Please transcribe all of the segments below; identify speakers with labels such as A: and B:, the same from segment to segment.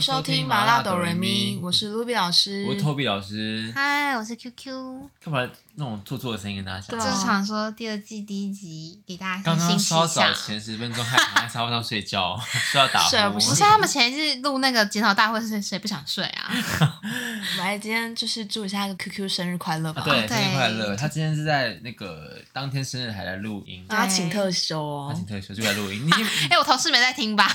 A: 收听麻辣哆瑞咪，我是 Ruby 老师，
B: 嗯
C: 我是 Toby 老师，
B: 嗨，我是 QQ。
C: 干嘛那种做作的声音跟大家
A: 对
C: 讲？
A: 啊
B: 就想说第二季第一集给大家
C: 刚
B: 更
C: 刚
B: 新期
C: 稍
B: 一
C: 早
B: 下。
C: 前十分钟还躺在沙发上睡觉， 睡到打
A: 睡
C: 呼
A: 不。
B: 不是啊他们前一次录那个检讨大会，谁谁不想睡 啊？
A: 我们来今天就是祝一下 QQ 生日快乐吧，
C: 啊对，
B: 对
C: 生日快乐！他今天是在那个当天生日还在录音，
A: 然后请特休哦
C: 他请，特休就在录音。你已 经
B: 哎、我同事没在听吧？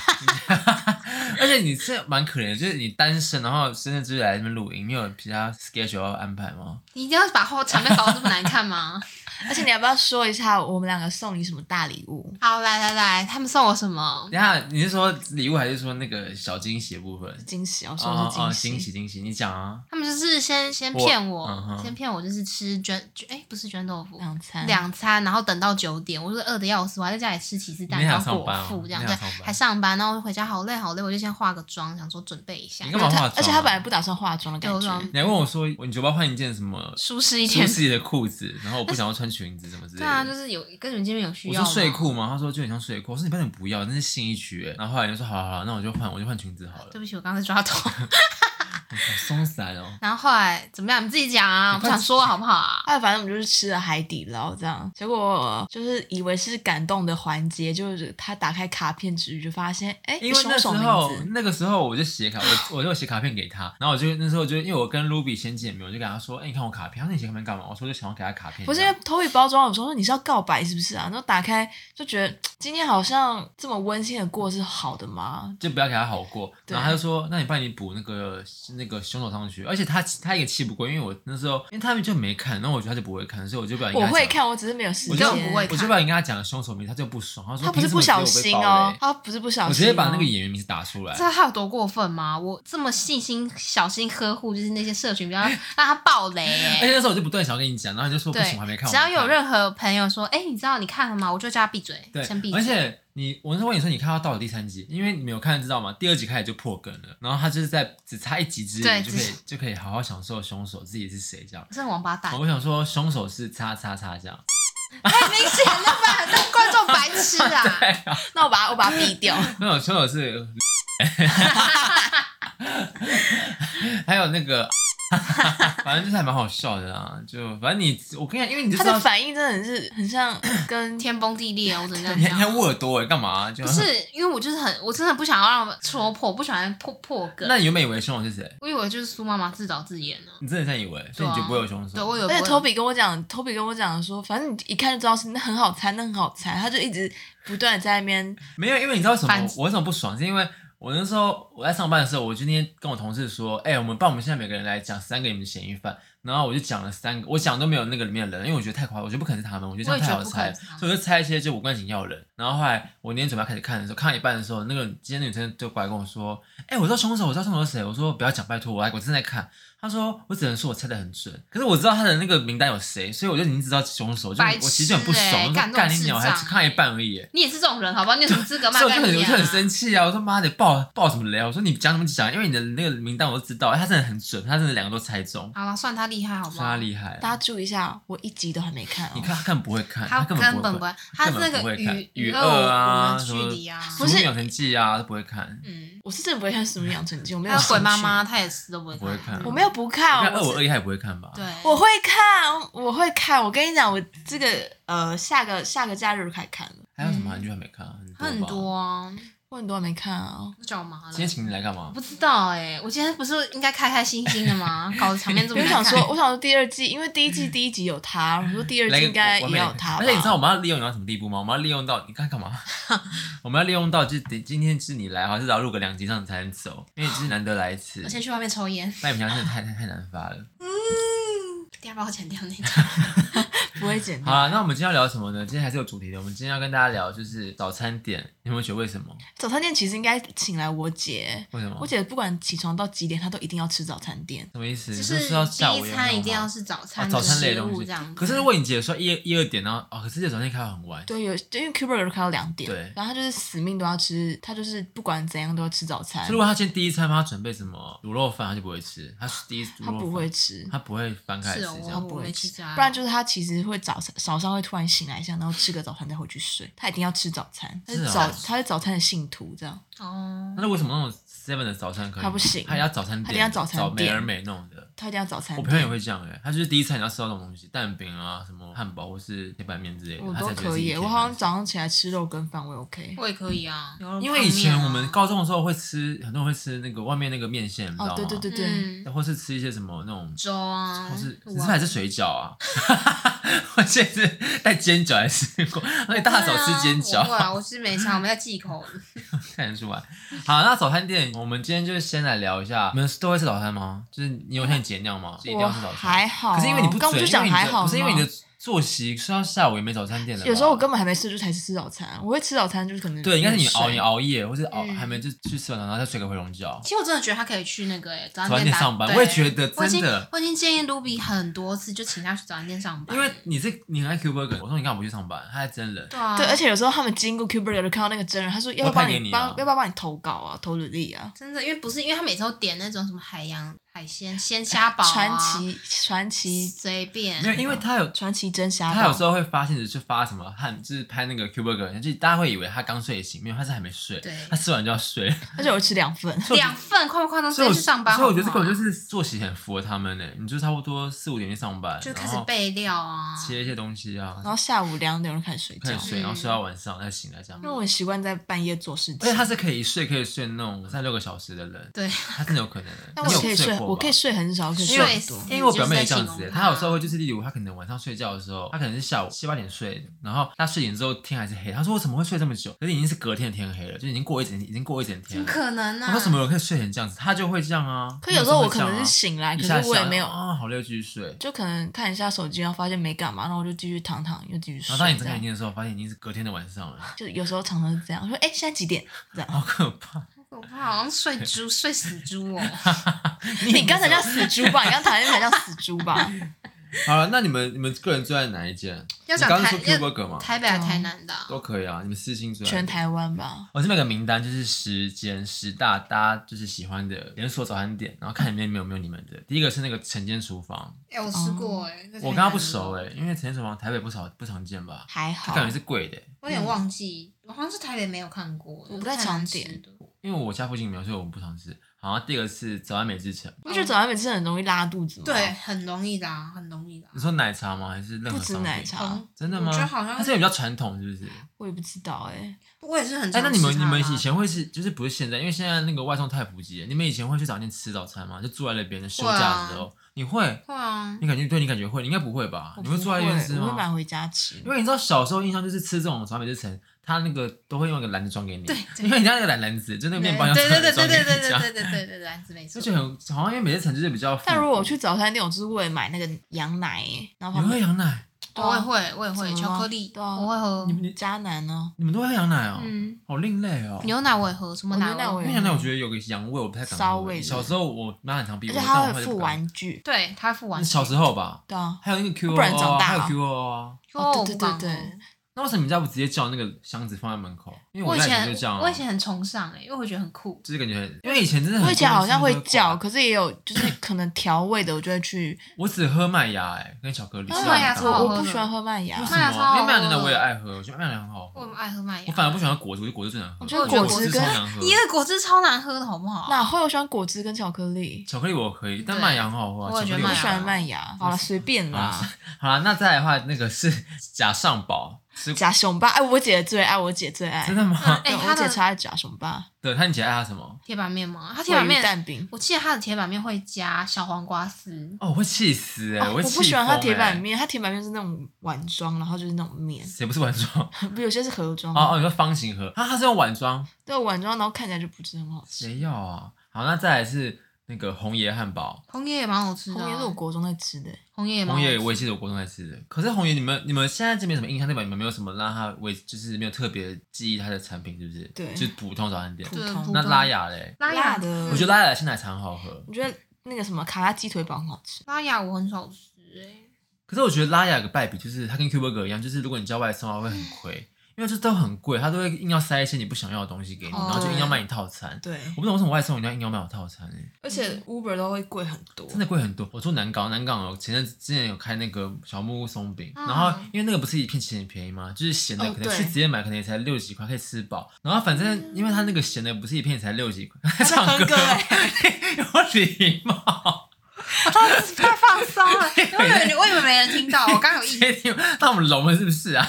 C: 而且你这蛮可怜的，就是你单身，然后生日之后来这边录音，你有其他 schedule 要安排吗？
B: 你一定要把后场面搞得这么难 看吗？
A: 而且你要不要说一下我们两个送你什么大礼物？
B: 好，来来来，他们送我什么
C: 等？一下你是说礼物还是说那个小惊喜的部分？
A: 惊喜哦，说
C: 哦
A: 的是
C: 哦，
A: 喜，
C: 惊喜惊喜，你讲啊！
B: 他们就是先先
C: 我
B: 骗我，
C: 嗯哼嗯
B: 先骗我就是吃卷卷，哎、不是卷豆腐，
A: 两餐
B: 两餐，然后等到九点，我就是饿的要死，我还在家里吃起司蛋
C: 你还
B: 糕
C: 有上
B: 果
C: 班哦
B: 腹这样
C: 你
B: 对
C: 还有上，班
B: 还上班，然后回家好累好累，我就先化个妆，想说准备一下
C: 你，干嘛化妆啊？
A: 而且他本来不打算化妆的
B: 对
A: 感
B: 我
A: 觉
B: 装，
C: 你还问我说，你酒吧换一件什么
B: 舒适一
C: 出
B: 点。
C: 自己的 裤子，然后我不想要穿裙子什么之类
B: 对
C: 的。
B: 啊，就是有跟你们见面有需
C: 我
B: 要
C: 说
B: 吗
C: 睡裤嘛，他说就很像睡裤。我说你拜托你不要，那是信义区欸。然后后来就说好好好，那我就换，我就换裙子好了。
B: 对不起，我刚才抓头。
C: 好松散哦。
B: 然后后来怎么样？你自己讲啊，我不想说好不好啊？
A: 哎，反正我们就是吃了海底捞这样，结果就是以为是感动的环节，就是他打开卡片之后就发现，哎，
C: 因为
A: 凶
C: 那时
A: 手名
C: 候
A: 字，
C: 那个时候我就写卡，我 我就写卡片给他，然后我就那时候就因为我跟 Ruby 先见面，我就跟他说，哎、你看我卡片，他说你写卡片干嘛？我说就想要给他卡片。
A: 不是
C: 这
A: 因为
C: 样
A: 头语包装，我说你是要告白是不是啊？然后打开就觉得今天好像这么温馨的过是好的吗？
C: 就不要给他好过，
A: 对
C: 然后他就说：“那你帮你补那个那个凶手上去。”而且他他也气不过，因为我那时候因为他们就没看，然后我觉得他就不会看，所以我就不敢跟
A: 我
C: 他
A: 会
C: 讲
A: 看，我只是没有时
C: 我
A: 间
C: 就
B: 根本不会
C: 我就
B: 看
C: 不敢跟他讲凶手名，他就不爽。他说
A: 他不是
C: 凭什
A: 不
C: 么只有
A: 小
C: 我被
A: 心
C: 爆
A: 哦
C: 雷，
A: 他不是不小心、哦，
C: 我直接把那个演员名字打出来
B: 这。他有多过分吗？我这么细心、小心呵护，就是那些社群，不
C: 哎
B: 要让他爆雷、
C: 而且
B: 欸。
C: 那时候我就不断想要跟你讲，然后你就哎说不行，
B: 对
C: 我还没看。
B: 只要
C: 我还没看
B: 有任何朋友说：“哎、你知道你看了吗？”我就叫他闭嘴，先
C: 对，
B: 闭
C: 而
B: 嘴。
C: 且你，我那时候问你说你看到到了第三集，因为你没有看，知道吗？第二集开始就破梗了，然后他就是在只差一集之
B: 对
C: 内就可
B: 只
C: 以就可以好好享受凶手自己是谁这样。
B: 我是王八蛋，
C: 我想说凶手是叉叉叉这样，
B: 太明显了吧？让观众白痴 啊！
A: 那我把它我把它毙掉。
C: 那种凶手是 还有那个， 反正就是还蛮好笑的啊。就反正你，我跟你讲，因为你就
A: 他
C: 知道
A: 的反应真的是很 像跟
B: 天崩地裂，我只能
C: 你
B: 这
C: 还你
A: 啊
B: 样
C: 还
B: 讲。啊
C: 捂耳朵哎，干嘛？就
B: 不是，因为我就是很，我真的不想要让我戳破，不喜欢破破梗
C: 那。你原本以为凶手是谁？
B: 我以为就是苏妈妈自导自演呢、
C: 你真的这样以为，所以你就不会有凶手。
B: 对，我以为
A: 而
B: 不
A: 且
B: 会。
A: Toby 跟我讲，Toby 跟我讲说，反正你一看就知道是那很好猜，那很好猜，他就一直不断的在那 边，
C: 没有，因为你知道为什
B: 反
C: 么？我为什么不爽？是因为我那时候我在上班的时候，我今天跟我同事说，哎、我们帮我们现在每个人来讲三个你们的嫌疑犯，然后我就讲了三个，我讲都没有那个里面的人，因为我觉得太夸张，我觉得不可能是他们，我觉得这样太好猜，
B: 我也觉得不可能是他们
C: 所以我就猜一些就无关紧要的人。然后后来我那天准备要开始看的时候，看到一半的时候，那个今天女生就过来跟我说，哎、我知道凶手，我知道凶手是谁，我说不要讲，拜托，我来，我正在看。她说：“我只能说我猜的很准，可是我知道他的那个名单有谁，所以我就已经知道凶手，就
B: 白
C: 我其实就很不
B: 痴欸
C: 爽，我说
B: 干这种
C: 干你鸟，我
B: 智
C: 还
B: 障
C: 只看一
B: 欸
C: 半而已欸。
B: 你也是这种人，好不好？你有什 么资格骂
C: 所以我
B: 干
C: 就
B: 你
C: 很我就
B: 啊？
C: 很生气啊！我说妈的爆爆什么雷啊！我说你讲什么讲，因为你的那个名单我都知道，他真的很准，他真的两个都猜中，
B: 好了，算他厉害，好不
C: 算他
B: 好？
C: 厉害
A: 大家
C: 啊。
A: 注意一下，我一集都还没看哦。
C: 你看他根本不会看，
B: 他
C: 根
B: 根
C: 本
B: 本
C: 不
B: 不
C: 会
B: 会
C: 看，，
B: 他是那
C: 根本不
B: 个
C: 会看
B: 与
C: 与
B: 与
C: 恶
B: 恶我
C: 啊，
B: 们
C: 什
B: 距
C: 么
B: 离 啊，
A: 不是
C: 养成记啊，都不会看。
B: 嗯，
A: 我是真的不会看《什么养成记》，我没
B: 还
A: 有
B: 有
A: 兴
B: 鬼妈
A: 趣，
B: 妈，他也是都不
C: 不会
B: 会
C: 看
A: 我没有不看
C: 你
A: 哦，
C: 看二五
A: 我
C: 二
A: 是
C: 一还不会看吧？
B: 啊对，
A: 我会看，我会看。我跟你讲，我这个呃，下个下个假日就开始看了，
C: 还有什么韩剧还没看啊？
B: 嗯很
C: 吧。
B: 多啊，
A: 我很多还没看啊。
B: 那叫我妈了
C: 今。天请你来干
B: 我
C: 嘛？
B: 不知道哎，我今天不是应该开开心心的吗？搞得场面这
A: 我
B: 么
A: 就想
B: 难看
A: 说，我想说第二季，因为第一季第一集有他，我说第二
C: 来
A: 季
C: 个
A: 应该
C: 完
A: 也
C: 美
A: 要
C: 的
A: 他吧。
C: 而且你知道我们要利用到什么地步吗？我们要利用到你看干 嘛？我们要利用到就是得今天是你来，好至少录个两集上你才能走，因为你就是难得来一次
B: 我。先去外面抽烟，
C: 那你平常真的太太太难发了。
B: 第二包剪掉那种。
A: 不会剪
C: 好
A: 掉。
C: 啦，那我们今天要聊什么呢？今天还是有主题的。我们今天要跟大家聊就是早餐点，你有没有觉得为什么？
A: 早餐店其实应该请来我姐，
C: 为什么？
A: 我姐不管起床到几点，她都一定要吃早餐店。
C: 什么意思？
B: 就
C: 你
B: 是
C: 是要下
B: 第
C: 午
B: 一
C: 有
B: 餐
C: 没有
B: 一定要
C: 吗
B: 是早餐
C: 哦早餐类的
B: 食
C: 东西
B: 物这样子。
C: 可是如果你姐说一一二点，然后哦，可是这早餐开到很晚，
A: 对，有因为 Q b e r 都开到两点，
C: 对
A: 然后她就是死命都要吃，她就是不管怎样都要吃早餐
C: 所以，如果她今天第一餐帮她准备什么卤肉饭，她就不会吃，她是第一卤
A: 她
C: 肉
A: 不
C: 饭
A: 会吃。
C: 她不会翻开来
B: 是
C: 吃
B: 哦
C: 这
B: 我
C: 样。
A: 不会
B: 没
A: 吃
B: 吃啊
C: 哦
A: 不然就是她其实会早上早上会突然醒来一下，然后吃个早餐再回去睡。他一定要吃早餐，他是
C: 是哦
A: 早他是早餐的信徒，这样
B: 哦，
C: 那为什么那种 Seven 的早餐可以？
A: 他不行
C: 他也要早餐
A: 他
C: 店，
A: 一定要早餐
C: 美
A: 店
C: 而美那种的。
A: 他一定要早餐
C: 我
A: 店。
C: 朋友也会这样哎、他就是第一餐你要吃到那种东西，蛋饼啊、什么汉堡或是铁板面之类的，
A: 我
C: 他
A: 都
C: 才觉得
A: 可
C: 是一
A: 以，
C: 天
A: 我好
C: 的
A: 像早上起来吃肉羹饭，我也 OK。
B: 我也可以啊，牛肉
C: 因为
B: 泡
C: 以前
B: 面啊
C: 我们高中的时候会吃，很多人会吃那个外面那个面线，你知道啊
A: 哦
C: 吗？，
A: 对对对对，
B: 嗯
C: 或是吃一些什么那种，
B: 粥啊，
C: 或是
B: 卤
C: 你是
B: 啊
C: 还是水饺啊？我现在是带煎饺来吃过，而且大嫂吃煎
B: 对啊不会
C: 饺，
B: 啊，我是没差，我们要 忌口。
C: 看得出来。好，那早餐店，我们今天就先来聊一下，你们都会吃早餐吗？就是你有像节尿吗？是一定
A: 我
C: 要吃早餐？
A: 还
B: 哦
A: 好啊。
C: 可是因为你不
A: 我刚不
C: 准
A: 就讲
C: 因为你的
A: 还好吗，
C: 不是因为你的作息，睡到下午也没早餐店了吧。
A: 有时候我根本还没睡就才去吃早餐，我会吃早餐就是可能
C: 对，应该是你熬
A: 睡
C: 你哦熬夜，或是熬
B: 嗯
C: 还没就去吃完，然后再睡个回笼觉。
B: 其实我真的觉得他可以去那个哎，早
C: 早
B: 餐
C: 餐
B: 店
C: 店
B: 打
C: 上班，
B: 对
C: 我也觉得
B: 我已
C: 真
B: 经
C: 的，
B: 我已经建议卢比很多次，就请他去早餐店上班，欸
C: 因为你是你很爱 Q Burger，我说你干嘛不去上班？他还真人，
B: 对啊，
A: 对，而且有时候他们经过 Q Burger 就看到那个真人，他说要不要
C: 派
A: 帮
C: 给
A: 你
C: 你啊
A: 帮要不要帮你投稿啊，投履历啊。
B: 真的，因为不是因为他每次都点那种什么海洋海鲜鲜虾
C: 啊
B: 堡、啊
A: 传，奇传奇
B: 随便，
C: 没有，因为他有
A: 传奇真虾堡，
C: 他有时候会发现就发什么汗，就是拍那个 Q Burger，就大家会以为他刚睡醒，没有，他是还没睡
B: 对，
C: 他吃完就要睡，
A: 而且我吃两份，
B: 两份快不快都直
C: 所以
B: 接
C: 我
B: 去上班好
C: 所以
B: 不好，
C: 我觉得这个就是作息很符合他们呢，你就差不多四五点去上班，
B: 就
C: 然
B: 开始哦
C: 后
B: 备料啊，
C: 切一些东西啊
A: 然，后下午两点我就开始睡觉
C: 开，始睡，
B: 嗯
C: 然后睡到晚上再醒来这样
A: 因为。我很习惯在半夜做事
C: 而且
A: 情。
C: 他是可以睡可以睡那种三六个小时的人，
B: 对，
C: 他真的有可 能。
A: 但
C: 你
A: 我
C: 有
A: 可以睡，
C: 过
A: 我
C: 吧
A: 可以睡很少，可以
B: 因
A: 睡
B: 为
A: 很多。
C: 因为我表妹也这样
B: 就是
C: 子
B: 在形
C: 欸，
B: 容
C: 她有时候会就是，例如她可能晚上睡觉的时候，她可能是下午七八点睡，然后她睡醒之后天还是黑，她说我怎么会睡这么久？可是已经是隔天的天黑了，就已经过一整已经过一整
B: 怎
C: 天
B: 么
C: 了。
B: 可能呢、啊
C: 我说怎么有人可以睡成这样子？她就会这样啊。
A: 可有时候我可
C: 会这
A: 能
C: 样
A: 是
C: 啊
A: 醒来，
C: 一
A: 可
C: 下
A: 是我也没有，
C: 想啊，好累，继续睡。
A: 就可能看一下手机，然后发现没干嘛，然后我就继续躺躺，又继续睡。
C: 然后当你睁
A: 这样
C: 开眼睛的时候，发现已经是隔天的晚上了，
A: 就有时候常常是这样，说哎、现在几点？这样。
C: 好可怕！
B: 我怕好像睡 猪睡死猪哦，
A: 你刚才叫死猪吧？你刚才那才叫死猪 吧？
C: 好了，那你们你们个人最爱哪一间？
B: 要
C: 你
B: 讲
C: 刚刚
B: 台
C: 说 Q
B: 要
C: Burger 嘛，
B: 台北还是台南的啊、
C: 都可以啊，你们私信最爱
A: 全台湾吧。
C: 我这边有个名单，就是十间十大大家就是喜欢的连锁早餐店，然后看里面有没有你们的。第一个是那个晨间厨房，
B: 哎、我吃过哎、在台南
C: 我跟他不熟哎、因为晨间厨房台北不少不常见吧，
A: 还
C: 它
A: 好，啊
C: 感觉是贵的、欸
B: 我有点忘记，我好像是台北没有看过，
A: 我不太常点
B: 台南吃的
C: 因为我家附近没有，所以我们不常吃。好，然后第二个是早安美之城，
A: 我觉得早餐每次很容易拉肚子嘛。
B: 对，，很容易的、啊，很容易的、啊嗯
C: 你。说奶茶吗？还是任
A: 不
C: 何
A: 止
C: 商
A: 奶
C: 品？
B: 啊
A: 茶，
C: 真的吗？
B: 我觉得好像
C: 它这边比较传统，是不是？
A: 我也不知道哎、
B: 我也是很
C: 哎、
B: 常
C: 那
B: 吃它的啊。
C: 你们你们以前会是就是不是现在？因为现在那个外送太普及了，你们以前会去早餐店吃早餐吗？就住在那边的休假的时候，你会？
B: 会啊，
C: 你感觉对你感觉会，你应该不会吧？
A: 嗯我
C: 你
A: 不
C: 会坐在那边吃
A: 我会买
C: 吗？
A: 回家吃
C: 因。为你知道小时候印象就是吃这种草莓之城，它那个都会用一个篮子装给你，
B: 对对
C: 因为人家那个篮篮子就那个面包要
B: 对对对对
C: 装给
B: 对对
C: 你
B: 对
C: 这样，
B: 对对对对对，篮子没
C: 就
B: 错。
C: 觉得很好像因为每次城就是比较 复古。
A: 但如果我去早餐店，我就是为了买那个羊奶、欸，然后旁
C: 你们喝
A: 边
C: 羊奶，
A: 对
B: 我也
A: 啊
B: 会，我也会
A: 怎么了
B: 巧克力，
A: 对啊
B: 我会喝
C: 你。们
A: 渣男呢、
C: 你们都会喝羊奶哦，
B: 嗯，
C: 好另类哦。
B: 牛奶我也喝，什么
A: 我
B: 奶
A: 牛奶
B: 也喝
A: 我
C: 因
A: 也
C: 为
A: 喝
C: 羊奶我觉得有个羊味，我不太敢喝。
A: 骚味
C: 小时候我妈很常逼
A: 而
C: 我，
A: 且
C: 但
A: 他
C: 我后
A: 会
C: 来就
A: 附
C: 不敢。
A: 玩具，
B: 对，他付完。
C: 小时候吧，
A: 对啊，
C: 还有那个 Q O
A: 不然长
C: O，
A: 大
C: 还有
A: 啊
C: Q O 啊。
B: 哦
A: 哦对对对对
C: 那为什么你们家不直接叫那个箱子放在门口？因为
B: 我
C: 我
B: 以
C: 家以前
B: 前
C: 就这样啊，
B: 我以前很崇尚哎，因为我觉得很酷。
C: 就是感觉很，因为以前真的很
A: 我以前好像会叫，
C: 多人吃那个啊
A: 可是也有就是可能调味的，我就会 去。
C: 我只喝麦芽哎、跟巧克力。
B: 哦
C: 是
B: 麦芽
C: 吧
B: 超好
A: 我
B: 喝
A: 我不
B: 的
A: 喜欢喝麦芽
C: 为，什
B: 麦芽超好
C: 么？因
B: 喝
C: 为麦芽牛奶我也爱喝，我觉得麦芽很好
B: 我
C: 喝。
B: 爱喝麦芽，
C: 我反而不喜欢果汁，我觉得果汁最难
A: 我
C: 喝。
A: 觉得
C: 果
A: 果汁
C: 超
A: 跟
C: 难喝。
B: 你的果汁超难喝的好不好？
A: 哪会我喜欢果汁跟巧克力？
C: 巧克力我可以，但
B: 对
C: 麦芽啊很好喝啊。
B: 我也觉得
C: 巧克
A: 我不
C: 力
B: 麦芽
A: 喜欢麦芽。好了，随便啦。
C: 好了，那再来的话，那个是假上堡，是
A: 假熊爸，哎，我姐最爱，我姐最爱。
C: 真的吗？
B: 哎，
A: 对
B: 他
A: 我姐
B: 的
A: 超爱假熊爸，
C: 对，他你姐爱他什么？
B: 铁板面吗？他铁
A: 鲔
B: 板
A: 鱼
B: 面，
A: 蛋饼。
B: 我记得他的铁板面会加小黄瓜丝，
C: 哦，我会气死哎、
A: 哦我
C: 会气
A: 不喜欢它
C: 疯
A: 铁
C: 欸
A: 板。面，它铁板面是那种碗装，然后就是那种面，
C: 谁不是碗装？
A: 不有些是盒装的，
C: 哦哦，你说方形盒啊？它是用碗装？
A: 对碗装，然后看起来就不是很好吃。
C: 谁要啊？好，那再来是那个红爷汉堡，
B: 红叶也蛮好吃的啊。
A: 红爷是我国中在吃的，
B: 红叶也蛮
C: 红
B: 好
C: 爷
B: 吃
C: 我也记得我国中在吃的。可是红爷你们你们现在这边有什么印象？代表你们没有什么让他为就是没有特别记忆它的产品，是不是？
A: 对
C: 就是普通早餐店
A: 普。
B: 对
A: 通
B: 普
C: 那
B: 通
C: 拉雅嘞？
B: 拉雅
A: 辣的
C: 我觉得拉雅的鲜奶茶很好喝，
A: 我觉得那个什么卡拉鸡腿堡很好吃，
B: 拉雅我很少吃哎，
A: 嗯
C: 可是我觉得拉雅有个败笔就是它跟 Q Burger 一样，就是如果你叫外送的话会很亏。因为这都很贵，他都会硬要塞一些你不想要的东西给你，
B: 哦
C: 然后就硬要卖你套餐。
A: 对，
C: 我不懂为什么外送人家硬要卖我套餐、欸，
A: 而且 Uber 都会贵很多。
C: 真的贵很多。我住南港，南港有前阵子之前有开那个小木屋松饼，
B: 嗯
C: 然后因为那个不是一片钱很便宜吗？就是咸的
A: 啊哦
C: 可能
A: 对嗯
C: 去直接买可能也才六几块可以吃饱，然后反正因为他那个咸的不是一片也才六几块，
A: 在
C: 唱
A: 哼
C: 歌啊
A: 歌欸
C: 有礼貌，
B: 哦太放松 了，我以为我以为没人听到，我刚有意，
C: 确定那我们聋了是不是啊？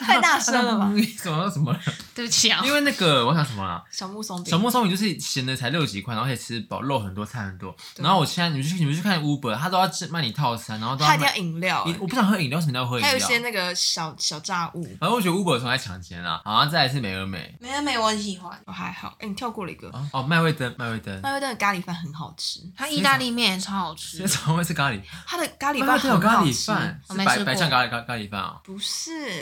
A: 太大声了吧？
C: 什么什么？
A: 哦
B: 对不起啊，
C: 因为那个我想什么啦？
A: 小木松饼，
C: 小木松饼就是咸的才六几块，然后可以吃饱，肉很多，菜很多。
A: 对
C: 然后我现在你们去你们去看 Uber，他都要卖你套餐，然后都
A: 它
C: 要
A: 一定要
C: 卖。
A: 饮料欸、
C: 你我不想喝饮料，为什么一定要喝饮
A: 还有一
C: 料？
A: 些那个小小炸物，
C: 反正我觉得 Uber 有时候在抢钱啊。好，再来是美而美
B: 没人美我很喜欢，
A: 我还好。哎、你跳过了一个，
C: 哦哦，麦味登，麦味登，
A: 麦味登的咖喱饭很好吃，
B: 它意大利面也超好 吃
C: 这，怎么会是咖喱？
A: 它的咖喱
C: 麦
A: 饭
C: 味登有
A: 很
C: 咖
A: 好
C: 喱
A: 吃。
C: 饭，
B: 我
C: 是
B: 没吃
C: 白
B: 过
C: 白酱咖喱咖咖喱饭啊？
A: 不
C: 是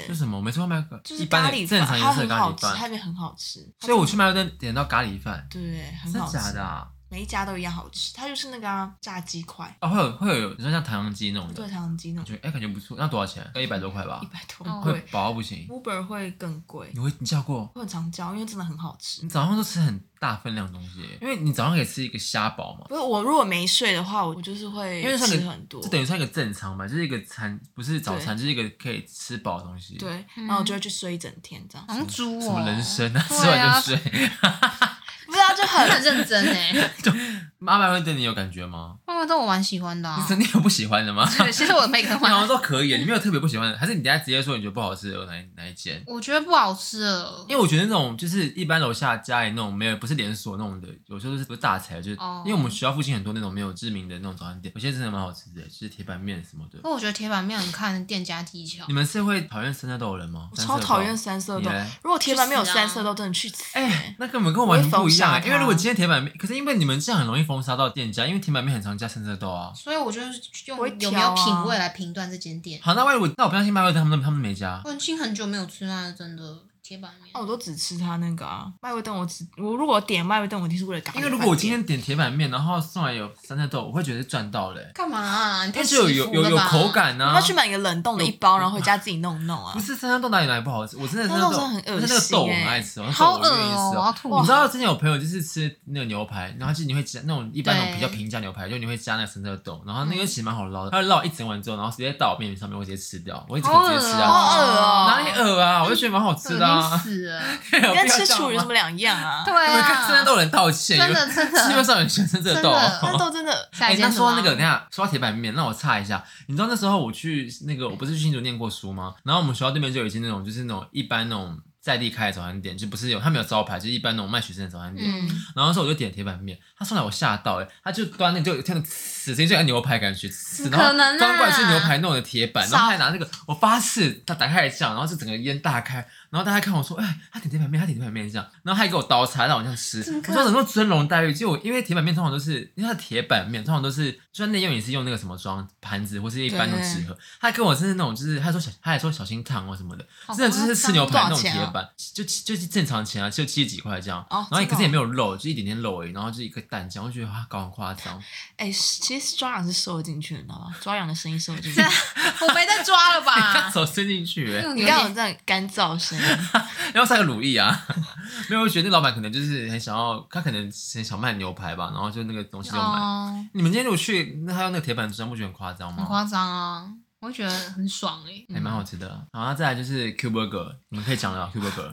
A: 是，
C: 什么？我没吃过麦味，
A: 就是
C: 一般
A: 咖
C: 的
A: 喱
C: 正
A: 饭，
C: 常
A: 它
C: 颜色
A: 很
C: 的咖
A: 好
C: 喱
A: 吃，它
C: 饭。
A: 也很好吃。
C: 所以我去麦味登点到咖喱饭，
A: 对，很
C: 真的
A: 好吃
C: 假的啊？
A: 每一家都一样好吃，它就是那个、啊、炸鸡块，
C: 哦，会有会有，你说像唐扬鸡那种的
A: 对，，糖鸡那
C: 我觉
A: 种
C: 得哎感觉不错，那多少钱？要一百多块吧
A: 一？百多
B: 哦
A: 很
C: 会
A: 贵、
C: 饱到不行。
A: u b e r 会更贵
C: 你。会你叫过？
A: 我很常叫，因为真的很好吃
C: 你。早上都吃很大分量的东西耶，因为你早上可以吃一个虾堡嘛，
A: 不是我如果没睡的话，我就是会
C: 因为像
A: 吃
C: 你
A: 很多
C: 这。等于算一个正餐吧，就是一个餐，不是早餐，就是一个可以吃饱的东西。，
A: 对，
B: 嗯
A: 然后我就会去睡一整天这样。
B: 好像猪
C: 什
B: 哦
C: 么，人参啊，吃
B: 对
C: 完
B: 啊
C: 就睡。
A: 不知道就
B: 你
A: 很
B: 很认真哎，
C: 妈妈会对你有感觉吗？
B: 妈妈都我蛮喜欢的啊
C: 你，真的有不喜欢的 吗？
B: 对，其实我每个都
C: 你好像
B: 蛮，
C: 都可以，你没有特别不喜欢的，还是你等一下直接说你觉得不好吃的有哪一哪一间？
B: 我觉得不好吃了，
C: 因为我觉得那种就是一般楼下家里那种没有不是连锁那种的，有时候都是不是大财，就是、
B: 哦
C: 因为我们学校附近很多那种没有知名的那种早餐店，有些真的蛮好吃的，就是铁板面什么的
B: 不。过我觉得铁板面很看店家技巧
C: 你，们是会讨厌生菜豆的人吗？
A: 我
C: 三色豆
A: 超讨厌三色
C: 你
A: 豆
C: 嘞。
A: 如果铁板没有
B: 去死啊
A: 三色豆，真的去死、
C: 哎、
A: 欸！
C: 那根本跟我完全不一样、
A: 我会封杀他
C: 因为如果今天铁板面，可是因为你们这样很容易封杀到店家，因为铁板面很常加生菜豆啊。
B: 所以我就是用
A: 我会
B: 有
A: 挑啊
B: 没有品味来评断这间店。
C: 好，那万一我那我不相信麦味登他们他们没加，
B: 我已经很久没有吃那真的铁板面
A: 那、，我都只吃它那个啊，麦味登我只我如果点麦味登，我一定是为了咖喱饭
C: 因
A: 店。
C: 为如果我今天点铁板面，然后送来有生菜豆，我会觉得赚到了、欸，
B: 干嘛啊？你
C: 因
B: 太
C: 为就有
B: 欺
C: 有
B: 负
C: 有
B: 了
C: 有
B: 吧
C: 口。感
A: 我
C: 呢、
A: 要
C: 啊。
A: 去买一个冷冻的一包，然后回家自己弄弄啊
C: 不。是生菜豆哪里来不好吃？我真的
A: 那
C: 生
A: 豆
C: 菜
A: 真的很恶
C: 但是那个
A: 心
C: 豆我很
A: 欸
C: 爱吃，
B: 好
C: 我
B: 恶
C: 那豆我愿意
B: 哦、
C: 吃
B: 我要
C: 哦。
B: 吐
C: 你知
B: 了。
C: 道之前有朋友就是吃那个牛排，然后就你会加那种一般那种比较
B: 对
C: 平价牛排，就你会加那个生菜豆，然后那个其实蛮好捞的，他会捞一整碗之后，然后直接倒我面上面，我直接吃掉，我一直
B: 好
C: 直接吃
A: 好
C: 啊，
A: 恶哦
C: 哪里恶啊？我就觉得蛮好吃的
B: 恶
C: 啊
B: 心，死了！
C: 有必要
A: 跟
C: 这
A: 吃
C: 样
A: 厨有什
C: 吗
A: 么两样啊？
B: 对
C: 你们 跟生菜
B: 啊，
C: 豆的人道歉，
B: 真
C: 因 为
B: 的 真
C: 市面
B: 的。
C: 上有选生菜豆
B: 真的
A: 那豆真的
B: 下
C: 哎、
B: 一间
C: 那
B: 什么啊
C: 说那个，等一下说到铁板面，让我插一下。你知道那时候我去那个，我不是去新竹念过书吗？然后我们学校对面就有一间那种，就是那种一般那种在地开的早餐店，就不是有他没有招牌，就是一般那种卖学生的早餐店。
B: 嗯，
C: 然后那时候我就点铁板面，他送来我吓到哎、欸，他就端那个就听到死声就像牛排感觉，
B: 么
C: 死
B: 可能啊
C: 然后端过来是牛排弄的铁板，然后
A: 少
C: 他还拿那个，我发誓他打开来这样，然后就整个烟大开，然后大家看我说，哎、他点铁板面，他点铁板面这样，然后他还给我刀叉让我这样吃，
B: 怎么
C: 我
B: 可
C: 说怎么尊龙待遇？就我因为铁板面通常都是，因为它的铁板面通常都是，就算内用也是用那个什么装盘子或是一般那种
A: 对
C: 纸盒，他跟我是那种就是他说小他还说小心烫或什么的，
B: 好哦
C: 真的就是吃牛排那种
A: 多少
C: 铁
A: 钱啊
C: 板，就就是正常钱啊，就七十几块这样。
A: 哦
C: 然后
A: 真的哦
C: 可是也没有肉，就一点点肉而已，然后就一个蛋酱，我觉得哇，搞很夸张。
A: 哎、其实抓痒是收得进去的，你知道吗？抓痒的声音收得进去
B: 这。我没在抓 了吧？
C: 手伸进去、欸，
A: 你刚刚有这样干燥声音，
C: 然后塞个乳液啊， 没有，我觉得那老板可能就是很想要，他可能很想卖牛排吧，然后就那个东西就买。
B: 哦，
C: 你们今天如果去，那他用那个铁板砖，不觉得很夸张
B: 很
C: 吗？
B: 夸张啊，我会觉得很爽哎、
C: 还蛮好吃的。然后再来就是 Q Burger，你们可以讲了啊 Q Burger。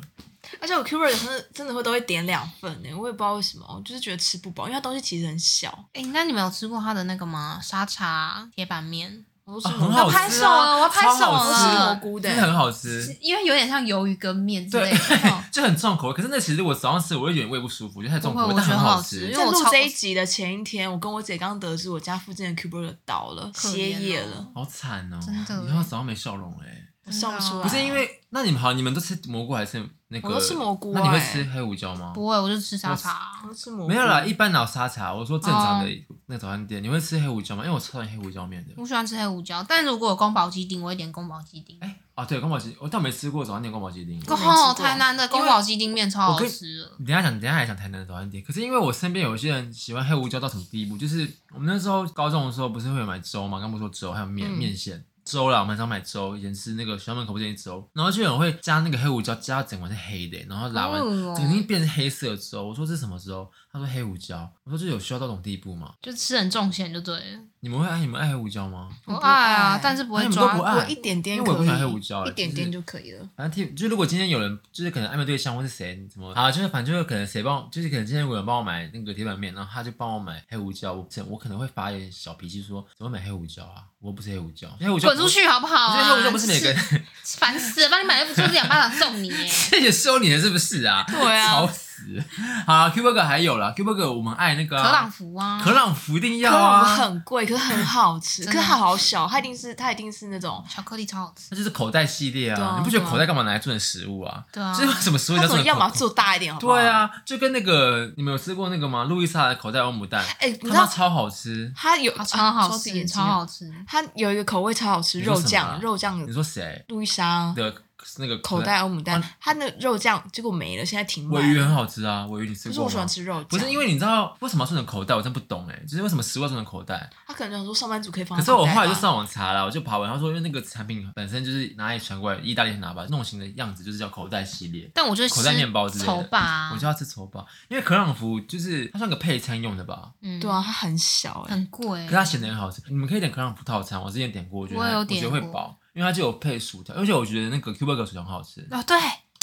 A: 而且我 Q 有时候真的会都会点两份呢、我也不知道为什么，我就是觉得吃不饱，因为它东西其实很小。
B: 哎、那你们有吃过他的那个吗？沙茶铁板面，
A: 我
C: 啊
A: 说、
C: 很好吃、啊，
B: 拍手了我要拍手
C: 超
A: 我
C: 好
A: 是
C: 吃啊
A: 吃
B: 了
A: 蘑菇的、
C: 真的很好吃。
B: 因为有点像鱿鱼跟面之类的。哦
C: 就很重口味。可是那其实我早上吃，我有点胃不舒服，就太重口
B: 不
C: 味
B: 会，
C: 但很
B: 我觉得好
C: 吃。
B: 吃因为
A: 在
B: 我
A: 录
B: 超
A: 这一集的前一天，我跟我姐刚得知我家附近的 Q Burger 倒了，
B: 可怜哦
A: 歇业了，
C: 好惨哦、
B: 真的
C: 以后早上没笑容哎、
A: 我笑不出来。
C: 不是因为，那你们好，你们都吃蘑菇还是那个？
A: 我都吃蘑菇
C: 那你会
A: 哎
C: 吃黑胡椒吗？
B: 欸不会，我就吃沙茶
A: 我。都吃蘑菇，
C: 没有啦，一般哪有沙茶？我说正
B: 哦
C: 常的那早餐店，你会吃黑胡椒吗？因为我超讨厌黑胡椒面的。
B: 我喜欢吃黑胡椒，但如果有宫保鸡丁，我会点宫保鸡丁。
C: 哎、啊，对，宫保鸡，我但我没吃过早餐店宫保鸡丁。
A: 宫我没吃过
B: 哦，台南的宫保鸡丁面超好吃的。
C: 你等一下讲，等一下还讲台南的早餐店。可是因为我身边有些人喜欢黑胡椒到什么地步，就是我们那时候高中的时候不是会有买粥嘛，刚不是说粥还有面、
A: 嗯
C: 面线，粥啦，我们很常买粥，以前吃那个学校门口不是一粥，然后就有人会加那个黑胡椒，加到整碗是黑的、然后拉完
B: 好恶哦
C: 整定变成黑色的粥。我说这是什么粥？他说黑胡椒。我说这有需要到这种地步吗？
B: 就吃很重咸就对了。
C: 你们会爱你们爱黑胡椒吗？
B: 我
A: 我不
B: 爱啊
A: 爱，
B: 但是不会
C: 啊你们都
B: 抓。
C: 不爱
A: 我一点点
C: 因
A: 可以，
C: 为我不喜欢黑胡椒啊
A: 一点点
C: 就
A: 就可以了。
C: 反正听，就如果今天有人就是可能暧昧对象或是谁什么啊，就是反正就是可能谁帮我，就是可能今天有人帮我买那个铁板面，然后他就帮我买黑胡椒，我我可能会发一点小脾气说，怎么买黑胡椒啊？我又不是黑胡椒，黑胡椒
B: 滚出去好不好、
C: 我觉
B: 啊？
C: 得黑胡椒不是每个人，
B: 烦死了！帮你买衣服，就是两巴掌送你 耶。
C: 这也收你了是不是啊？
A: 对啊
C: 吵死！好啊，Q Burger 还有啦 q Burger 我们爱那个
B: 可
C: 啊
B: 朗福啊，
C: 可朗福一定
A: 可
C: 要
A: 朗
C: 啊
A: 福，很贵，可是很好吃，
B: 真
A: 可
B: 的
A: 是它好小，它一定是它一定是那种
B: 巧克力超好吃。
C: 它就是口袋系列
A: 对
C: 啊，
A: 啊
C: 你不觉得
A: 对啊
C: 口袋干嘛拿来做成食物啊？
B: 对啊
C: 就是为什么食物
A: 它
C: 要
A: 总
C: 做成
A: 要么
C: 口
A: 做大一点，好不好？
C: 对，啊，就跟那个你们有吃过那个吗？路易莎的口袋欧姆蛋，
A: 哎，你知
C: 他妈
A: 道
C: 超好吃。
A: 它有
B: 啊，超好
A: 啊
B: 吃，超。好吃。
A: 它有一个口味超好吃，
C: 你说
A: 肉
C: 什么啊
A: 酱肉酱
C: 你说谁
A: 路易莎
C: 的那个
A: 口袋欧姆蛋，
C: 啊
A: 它那肉酱结果没了，现在停卖
C: 尾
A: 了。
C: 鱼很好吃啊，尾鱼你吃
A: 不是
C: 过
A: 我喜欢
C: 吗？
A: 吃肉酱，
C: 不是因为你知道为什么要做成口袋，我真不懂哎，就是为什么食物要做成口袋？
A: 他可能想说上班族可以放
C: 可
A: 在
C: 是我
A: 哦口袋吧。
C: 后来就上网查了，我就爬文，他说因为那个产品本身就是哪里传过来，意大利拿吧，弄成的样子就是叫口袋系列。
B: 但我就吃
C: 口袋面包之类的
B: 丑吧啊，
C: 我就要吃丑堡，因为可朗福就是它算个配餐用的吧，
B: 嗯
A: 对啊，，它很小哎、
B: 很贵
C: 欸可是。它咸的很好吃。你们可以点可朗福套餐，我之前点过，我觉得
B: 我有
C: 它我
B: 点
C: 觉得会
B: 过
C: 饱，因为它就有配薯条，而且我觉得那个 Q Burger 薯条很好吃，
B: 哦，对，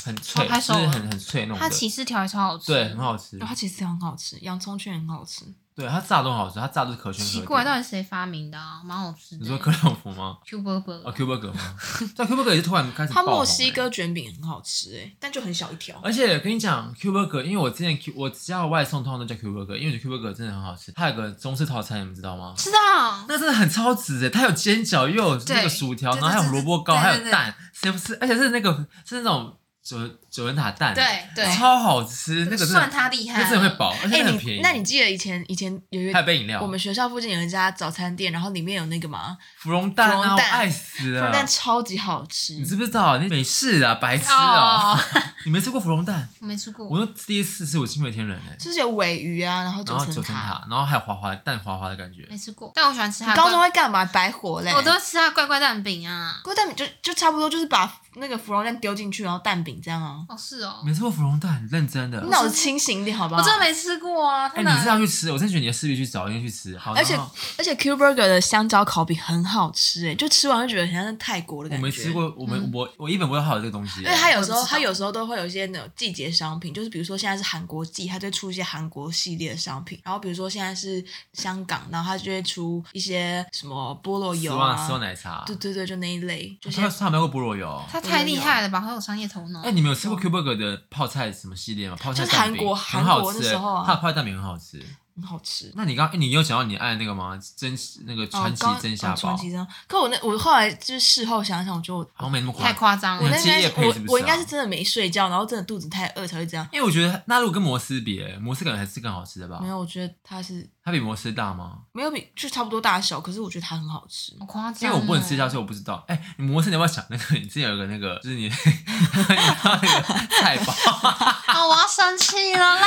C: 很脆，
B: 哦
C: 就
B: 拍
C: 是
B: 手啊
C: 很很脆那种
B: 它
C: 的，
B: 起司条也超好吃。
C: 对，很。好吃
A: 然，啊后它其实很好吃，洋葱圈很好吃。
C: 对它炸都很好吃，它炸都是可圈可
B: 奇
C: 点。
B: 怪，到底谁发明的啊？蛮好吃的。
C: 你说可朗福吗？
B: Q Burger
C: 啊 Q Burger 吗？
B: 呃
C: 但 Q Burger 也是突然开始
A: 它
C: 爆红
A: 墨西
C: 欸
A: 哥卷饼很好吃哎、但就很小一条。
C: 而且跟你讲，Q Burger，因为我之前 Q 我只要外送，通常都叫 Q Burger，因为我觉得 Q Burger 真的很好吃。它有个中式套餐，你们知道吗？
B: 知道，
C: 那真的很超值诶，欸它有煎饺，又有那个
B: 对
C: 薯条，
B: 对
C: 然后还有
B: 对对
C: 萝卜糕，
B: 对对
C: 还有蛋，谁不吃？而且是那个是那种九九层塔蛋，欸
B: 对对，
C: 超好吃，那个真
B: 算
C: 的
B: 他厉害
C: 那
B: 了，
C: 真的会饱，而且
A: 哎、
C: 很便
A: 你
C: 宜。
A: 那你记得以前以前有一个
C: 还有杯饮料，
A: 我们学校附近有一家早餐店，然后里面有那个嘛，
C: 芙蓉蛋
A: 芙
C: 啊，
A: 蓉
C: 我
A: 蛋
C: 爱死了。
A: 但超级好吃
C: 你。知不知道？你美式啊，白痴啊！
B: 哦，
C: 你没吃过芙蓉蛋？
B: 我没吃
A: 哦
B: 过。
C: 我又第一次吃，我惊为天人哎。
A: 就是有尾鱼啊，然后九
C: 然后
A: 层
C: 九层塔，然后还有滑滑蛋滑滑的感觉。
B: 没吃过，但我喜欢吃它
A: 你
B: 的。
A: 高中会干嘛？白活嘞！
B: 我都吃它的乖乖蛋饼啊。
A: 不过蛋饼就就差不多，就是把那个芙蓉蛋丢进去，然后蛋饼这样啊。
B: 哦，是哦，
C: 没吃过芙蓉蛋，认真的
A: 你。脑子清醒一点好不好？
B: 我真的没吃过啊。
C: 哎、
B: 它哪
C: 你是要去吃？我真的觉得你的势必去找，一定去吃。好，
A: 而且
C: 然后
A: 而且 Q Burger 的香蕉烤饼很好吃，哎，就吃完就觉得很像在泰国的
C: 我
A: 感觉。
C: 没吃，过，我没、我我一本不知道还有这个东西欸
A: 因。为它有时
B: 我
A: 候
B: 不知
A: 它
B: 道
A: 有时候都会有一些那种季节商品，就是比如说现在是韩国季，它就会出一些韩国系列的商品。然后比如说现在是香港，然后它就会出一些什么菠萝
C: 丝
A: 油
C: 袜丝袜
A: 啊，
C: 奶茶。
A: 对对对，就那一类，就
C: 他
A: 是
C: 他有没有过菠萝油？
B: 它太厉害了吧，好有商业头脑
C: 哎、。你们有吃过 Q Burger 的泡菜什么系列吗？泡菜
A: 哦就是
C: 蛋饼
A: 韩国
C: 很好
A: 韩国
C: 吃、欸
A: 那时候啊
C: 它的泡菜蛋饼很好吃。
A: 很好吃。
C: 那你刚、哎你有讲到你爱那个吗？蒸那个
A: 哦
C: 川崎
A: 刚
C: 蒸虾
A: 哦
C: 堡，
A: 川崎蒸。可我那我后来就是事后想想，我觉得我
C: 好像没那么
B: 太
C: 夸张。
B: 夸张
A: 我那
B: 了
C: 你！
A: 应该
C: 的记忆
A: 是
C: 配
A: 我
C: 是不是啊
A: 我应该是真的没睡觉，然后真的肚子太饿才会这样。
C: 因为我觉得那如跟摩斯比、哎摩斯感觉还是更好吃的吧
A: 没？有，我觉得它是
C: 它比摩斯大吗？
A: 没有比就差不多大小，可是我觉得它很好吃。
B: 好夸
C: 因
B: 张哦。
C: 为我不能吃下去，我不知道。哎、你摩斯，你要不要想那个？你之前有个那个，就是你 你那个菜 包，！
B: 啊！我要生气了啦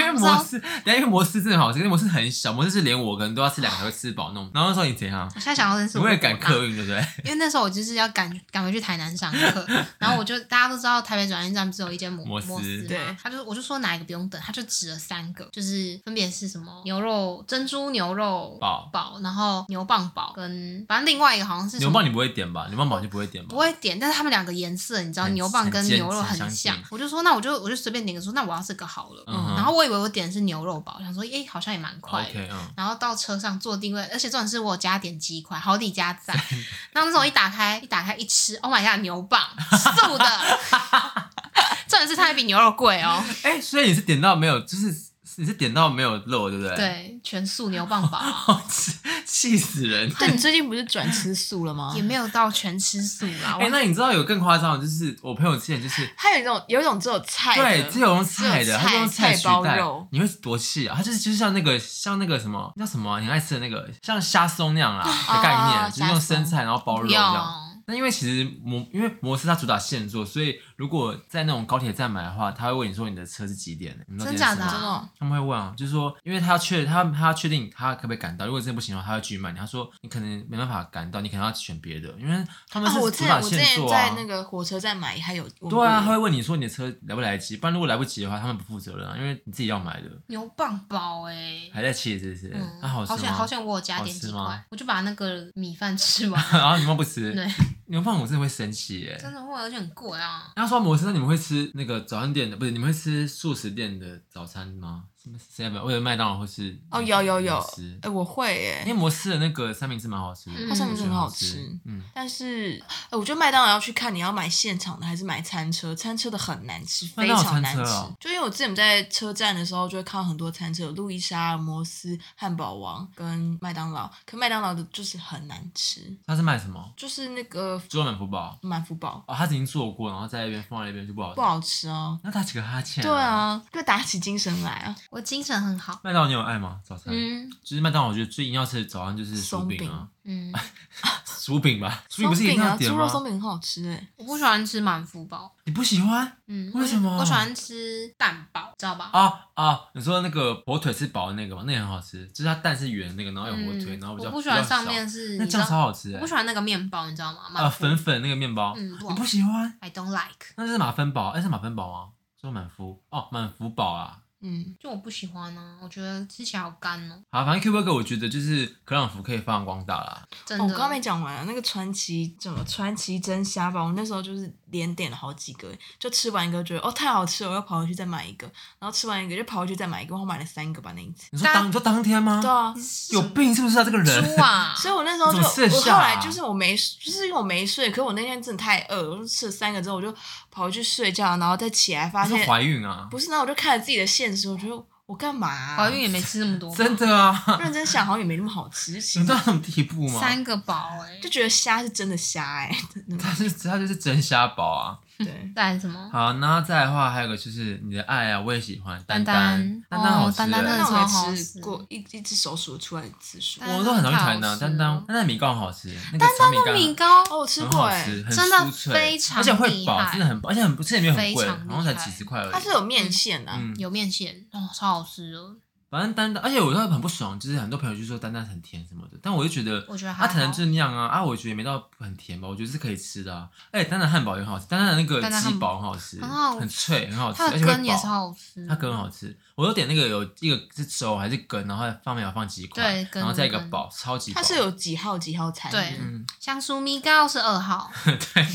C: 因为摩斯，等一下因为摩斯真的很好吃，因为摩斯很小，摩斯是连我可能都要吃两个才会吃饱那种。然后那时候你怎样？
B: 我现在想到 的是，
C: 你为了赶客，运，对不对？
B: 因为那时候我就是要赶赶回去台南上课，然后我就大家都知道台北转运站不是有一间摩
C: 摩斯
B: 摩斯
A: 对
B: 嘛，他就我就说哪一个不用等，他就指了三个，就是分别是什么牛肉珍珠牛肉
C: 堡
B: 堡，然后牛蒡堡跟反正另外一个好像是什
C: 牛
B: 么
C: 蒡你不会点吧？牛蒡堡就不会点吧？
B: 不会点，但是他们两个颜色你知道
C: 很
B: 牛蒡跟
C: 很接
B: 牛肉
C: 很相
B: 很像
C: 近，
B: 我就说那我就我就随便点个说那我要这个好了，
C: 嗯哼
B: 然后我以为我点的是牛肉堡，想说诶好像也蛮快的。
C: OK，嗯，
B: 然后到车上坐定位，而且重点是我有加点鸡块，好抵加 赞。然后那时候我一打开，一打开一吃，Oh my god，牛蒡素的， 重点是它还比牛肉贵哦。
C: 哎、所以你是点到没有，就是你是点到没有肉，对不对？，
B: 对，全素牛蒡 堡
C: 好吃，气死人。
A: 但你最近不是转吃素了吗
B: 也？没有到全吃素啦。
C: 哎、
B: 我
C: 那你知道有更夸张的，就是我朋友之前就是
A: 它有一种有一种只有菜的
C: 对，只有用菜
A: 只
C: 的，
A: 有
C: 他就用
A: 菜
C: 取
A: 菜包
C: 代
A: 肉，
C: 你会多气啊！它就是就是像那个像那个什么叫什么啊，你很爱吃的那个像虾松那样啦的概念，
A: 哦
C: 就是用生菜然后包肉
B: 不
C: 这
B: 用
C: 样。那因为其实摩因为摩斯它主打现做，所以如果在那种高铁站买的话，他会问你说你的车是几点的，你知道这件事
B: 真假
C: 吗
B: 的啊
A: 真的哦
C: 他们会问啊，就是说，因为他要确他他要确定他可不可以赶到，如果真的不行的话，他会继续卖你。他说你可能没办法赶到，你可能要选别的，因为他们
A: 啊，
C: 是
A: 我之
C: 主
A: 前
C: 打
A: 我之
C: 线
A: 前
C: 索
A: 在
C: 啊。
A: 那个火车站买还有问
C: 对啊，
A: 过
C: 他会问你说你的车来不来得及，不然如果来不及的话，他们不负责任啊，因为你自己要买的，
B: 牛棒包哎、欸。
C: 还在气是不是？
B: 嗯，
C: 那、好啊吃
B: 好
C: 吗？
B: 想好想我有加点鸡
C: 好吃
B: 块
C: 吗，
B: 我就把那个米饭吃完。
C: 然后你们不吃，
B: 对，
C: 牛蒡我真的会生气耶。
B: 真的会，而且很贵啊。
C: 那说到摩斯，那你们会吃那个早餐店的，不是？你们会吃素食店的早餐吗？什么 seven 或者麦当劳或是
A: 哦，有有有
C: 摩斯，
A: 哎、我会耶
C: 因、为摩斯的那个三明治蛮好吃的，
B: 嗯
A: 它三明治很好
C: 我觉得
A: 吃。
C: 嗯，
A: 但是，哎，我觉得麦当劳要去看你要买现场的还是买餐车，餐车的很难吃，
C: 麦
A: 非
C: 当劳
A: 常难
C: 餐
A: 吃。
C: 车哦
A: 就因为我之前在车站的时候，就会看到很多餐车，有路易莎、摩斯、汉堡王跟麦当劳，可麦当劳的就是很难吃，
C: 它是卖什么？
A: 就是那个
C: 猪肉满福堡
A: 满福堡
C: 哦，他已经做过，然后在那边放在那边就不好吃
A: 不。好吃哦。
C: 那他几个哈欠、
A: 对，啊，就打起精神来啊！
B: 我精神很好。
C: 麦当劳你有爱吗？早餐、
B: 嗯
C: 就是麦当劳，我觉得最一定要吃的早餐就是薯
A: 松
C: 饼
A: 饼
C: 啊，
B: 嗯，
C: 薯饼吧，薯饼
A: 松
C: 不是一定
A: 饼
C: 要
A: 啊，
C: 点
A: 猪
C: 吗
A: 肉？松饼很好吃哎、
B: 我不喜欢吃满福包。
C: 你不喜欢？
B: 嗯，
C: 为什么
B: 我喜欢吃蛋包，知道吧？
C: 啊啊！你说那个火腿是薄的那个吗？那个很好吃，就是它蛋是哎圆的那个，然后有火腿，
B: 嗯
C: 然后比较
B: 我不喜欢
C: 比较
B: 上
C: 少
B: 面是，
C: 那
B: 你知
C: 酱
B: 道
C: 超好吃
B: 我
C: 哎
B: 不，喜欢那个面包，你知道吗？满
C: 啊
B: 福
C: 粉粉那个面包，
B: 嗯，不
C: 你
B: 好
C: 不喜欢？
B: ，I don't like，
C: 那是满分堡，哎是满分堡吗？说满福哦，满福堡啊。
A: 嗯，
B: 就我不喜欢呢、我觉得吃起来好干哦，
C: 好，反正 Q Burger 我觉得就是可朗福可以发扬光大啦。
B: 真
A: 哦、
B: 的。
A: 我刚刚没讲完啊，那个传奇整个传奇蒸虾堡，我那时候就是连点了好几个，就吃完一个觉得哦太好吃了，我又跑回去再买一个，然后吃完一个就跑回去再买一个，我买了三个吧那一次。
C: 你说
B: 但
C: 当你说当天吗
A: 对？啊，
C: 有病是不是啊？这个人
B: 猪啊，
A: 所以我那时候就
C: 你怎么吃得
A: 我
C: 下
A: 后来
C: 啊
A: 就是我没就是因为我没睡，可是我那天真的太饿，了，我就吃了三个之后我就跑回去睡觉，然后再起来发
C: 你说
A: 现
C: 怀孕啊？
A: 不是，那我就看了自己的现实，我觉得我干嘛啊、
B: 怀孕也没吃那么多吧，
C: 真的 啊？
A: 认真想好像也没那么好吃，就其
C: 你知道
A: 实
C: 什么地步吗？
B: 三个包哎、
A: 就觉得虾是真的虾哎、真的
C: 他是他就是真虾堡啊。
A: 对。
B: 带什么？
C: 好，那再来的话，还有个就是你的爱啊，我也喜欢丹丹
B: 丹，丹
C: 丹好
B: 哦
C: 吃
B: 丹丹
C: 欸
A: 那
B: 真的
A: 我
B: 超好
A: 没吃哦
B: 吃
A: 过一一只手数得出来的次数。
B: 丹
C: 我都很常去谈
B: 好
C: 的。
B: 吃
C: 丹丹
B: 哦，
C: 丹丹米糕很好吃，那个炒米糕嗯
B: 米
C: 很
B: 糕
A: 哦，我吃
C: 很
A: 过
C: 好
A: 哎、
C: 吃，很
B: 真的
C: 酥脆
B: 非常
C: 而且会
B: 厉
C: 饱，
B: 害
C: 真的很饱，而且很不这也没有很
B: 非
C: 贵，
B: 常
C: 然后才
B: 厉害
C: 几十块而已。
A: 它是有面线的、啊
C: 嗯，
B: 有面线哦，超好吃的。
C: 反正丹丹，而且我都很不爽，就是很多朋友就说丹丹很甜什么的，但我就觉得，
B: 我觉得还
C: 它
B: 好
C: 可能就那样啊，啊，我觉得也没到很甜吧，我觉得是可以吃的啊。而且丹丹汉堡也很好吃，丹丹的那个
B: 丹丹汉
C: 鸡堡很好吃，
B: 很好吃
C: 很脆，很好吃，
B: 它
C: 而
B: 的
C: 且会
B: 羹也
C: 饱
B: 超好吃，
C: 它羹很好吃，我都点那个有一个是粥还是羹，然后放没有放鸡块
B: 对，羹
C: 然后再一个
B: 羹
C: 饱，超级饱。
A: 它是有几号几号餐？
B: 对
C: 嗯，
B: 香酥米糕是二号，
C: 对。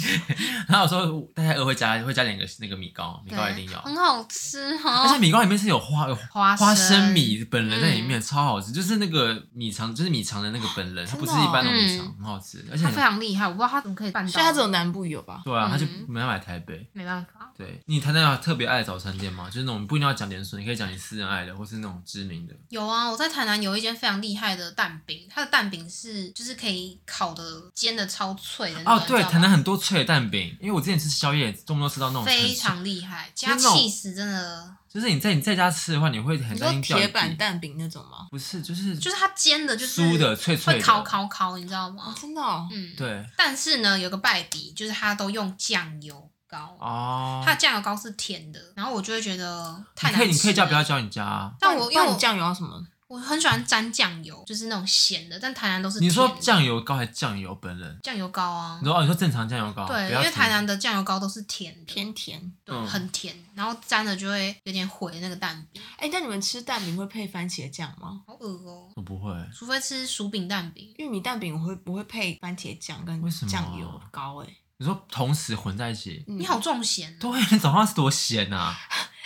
C: 然后有时候大家二会加会加点个那个米糕， 米糕一定
B: 对，
C: 要，
B: 很好吃
C: 而且
B: 哦。
C: 米糕里面是有花有
B: 花
C: 花生
B: 生嗯
C: 米本人在里面，超好吃，就是那个米肠就是米肠的那个本人，它
A: 真
C: 不
A: 的
C: 是一般的米
B: 哦
C: 肠，很好吃，而且
B: 它非
C: 很
B: 常厉害，我不知道它怎么可以办到。
A: 所以它只有南部有吧？
C: 对啊，它就
B: 嗯
C: 没办法来台北。
B: 没办法，
C: 对你谈到特别爱的早餐店吗？就是那种不一定要讲连锁，你可以讲你私人爱的，或是那种知名的。
B: 有啊，我在台南有一间非常厉害的蛋饼，它的蛋饼是就是可以烤的煎的超脆的那
C: 哦
B: 种，
C: 对，
B: 你知道吗
C: 台南很多脆的蛋饼，因为我之前吃宵夜，动不动吃到那种很
B: 非
C: 脆
B: 常厉害，
C: 是
B: 加
C: 那种
B: cheese 真的
C: 就是你在你在家吃的话，你会很
A: 你说
C: 担心掉一
A: 铁
C: 地
A: 板蛋饼那种吗？
C: 不是，就是
B: 就是它煎的，就是
C: 酥的脆脆
B: 会
C: 的，
B: 烤烤烤，你知道吗
A: 哦，？真的哦。
B: 嗯，
C: 对
B: 但是呢，有个败笔就是它都用酱油膏，
C: 哦。
B: 它的酱油膏是甜的，然后我就会觉得太
C: 你
B: 难
C: 可以
B: 吃了。
C: 你可以叫不要教你家啊。
B: 但我
A: 不
B: 因
A: 然
B: 为
A: 你
B: 我
A: 酱油要什么？
B: 我很喜欢沾酱油，就是那种咸的，但台南都是
C: 你说
B: 甜的
C: 酱油膏还是酱油本人？
B: 酱油膏啊
C: 你，说哦，你说正常酱油膏，
B: 对，
C: 不
B: 因
C: 要
B: 为
C: 甜
B: 台南的酱油膏都是甜的，
A: 偏甜。
B: 对
C: 嗯
B: 很甜，然后沾了就会有点毁那个蛋饼，
A: 哎，那你们吃蛋饼会配番茄酱吗？
B: 好恶哦、
C: 我不会，
B: 除非吃薯饼蛋饼，
A: 玉米蛋饼我会我会配番茄酱跟
C: 为什么啊
A: 酱油膏哎、
C: 你说同时混在一起，
A: 嗯
B: 你好重咸、哦。
C: 对，啊你早上是多咸啊！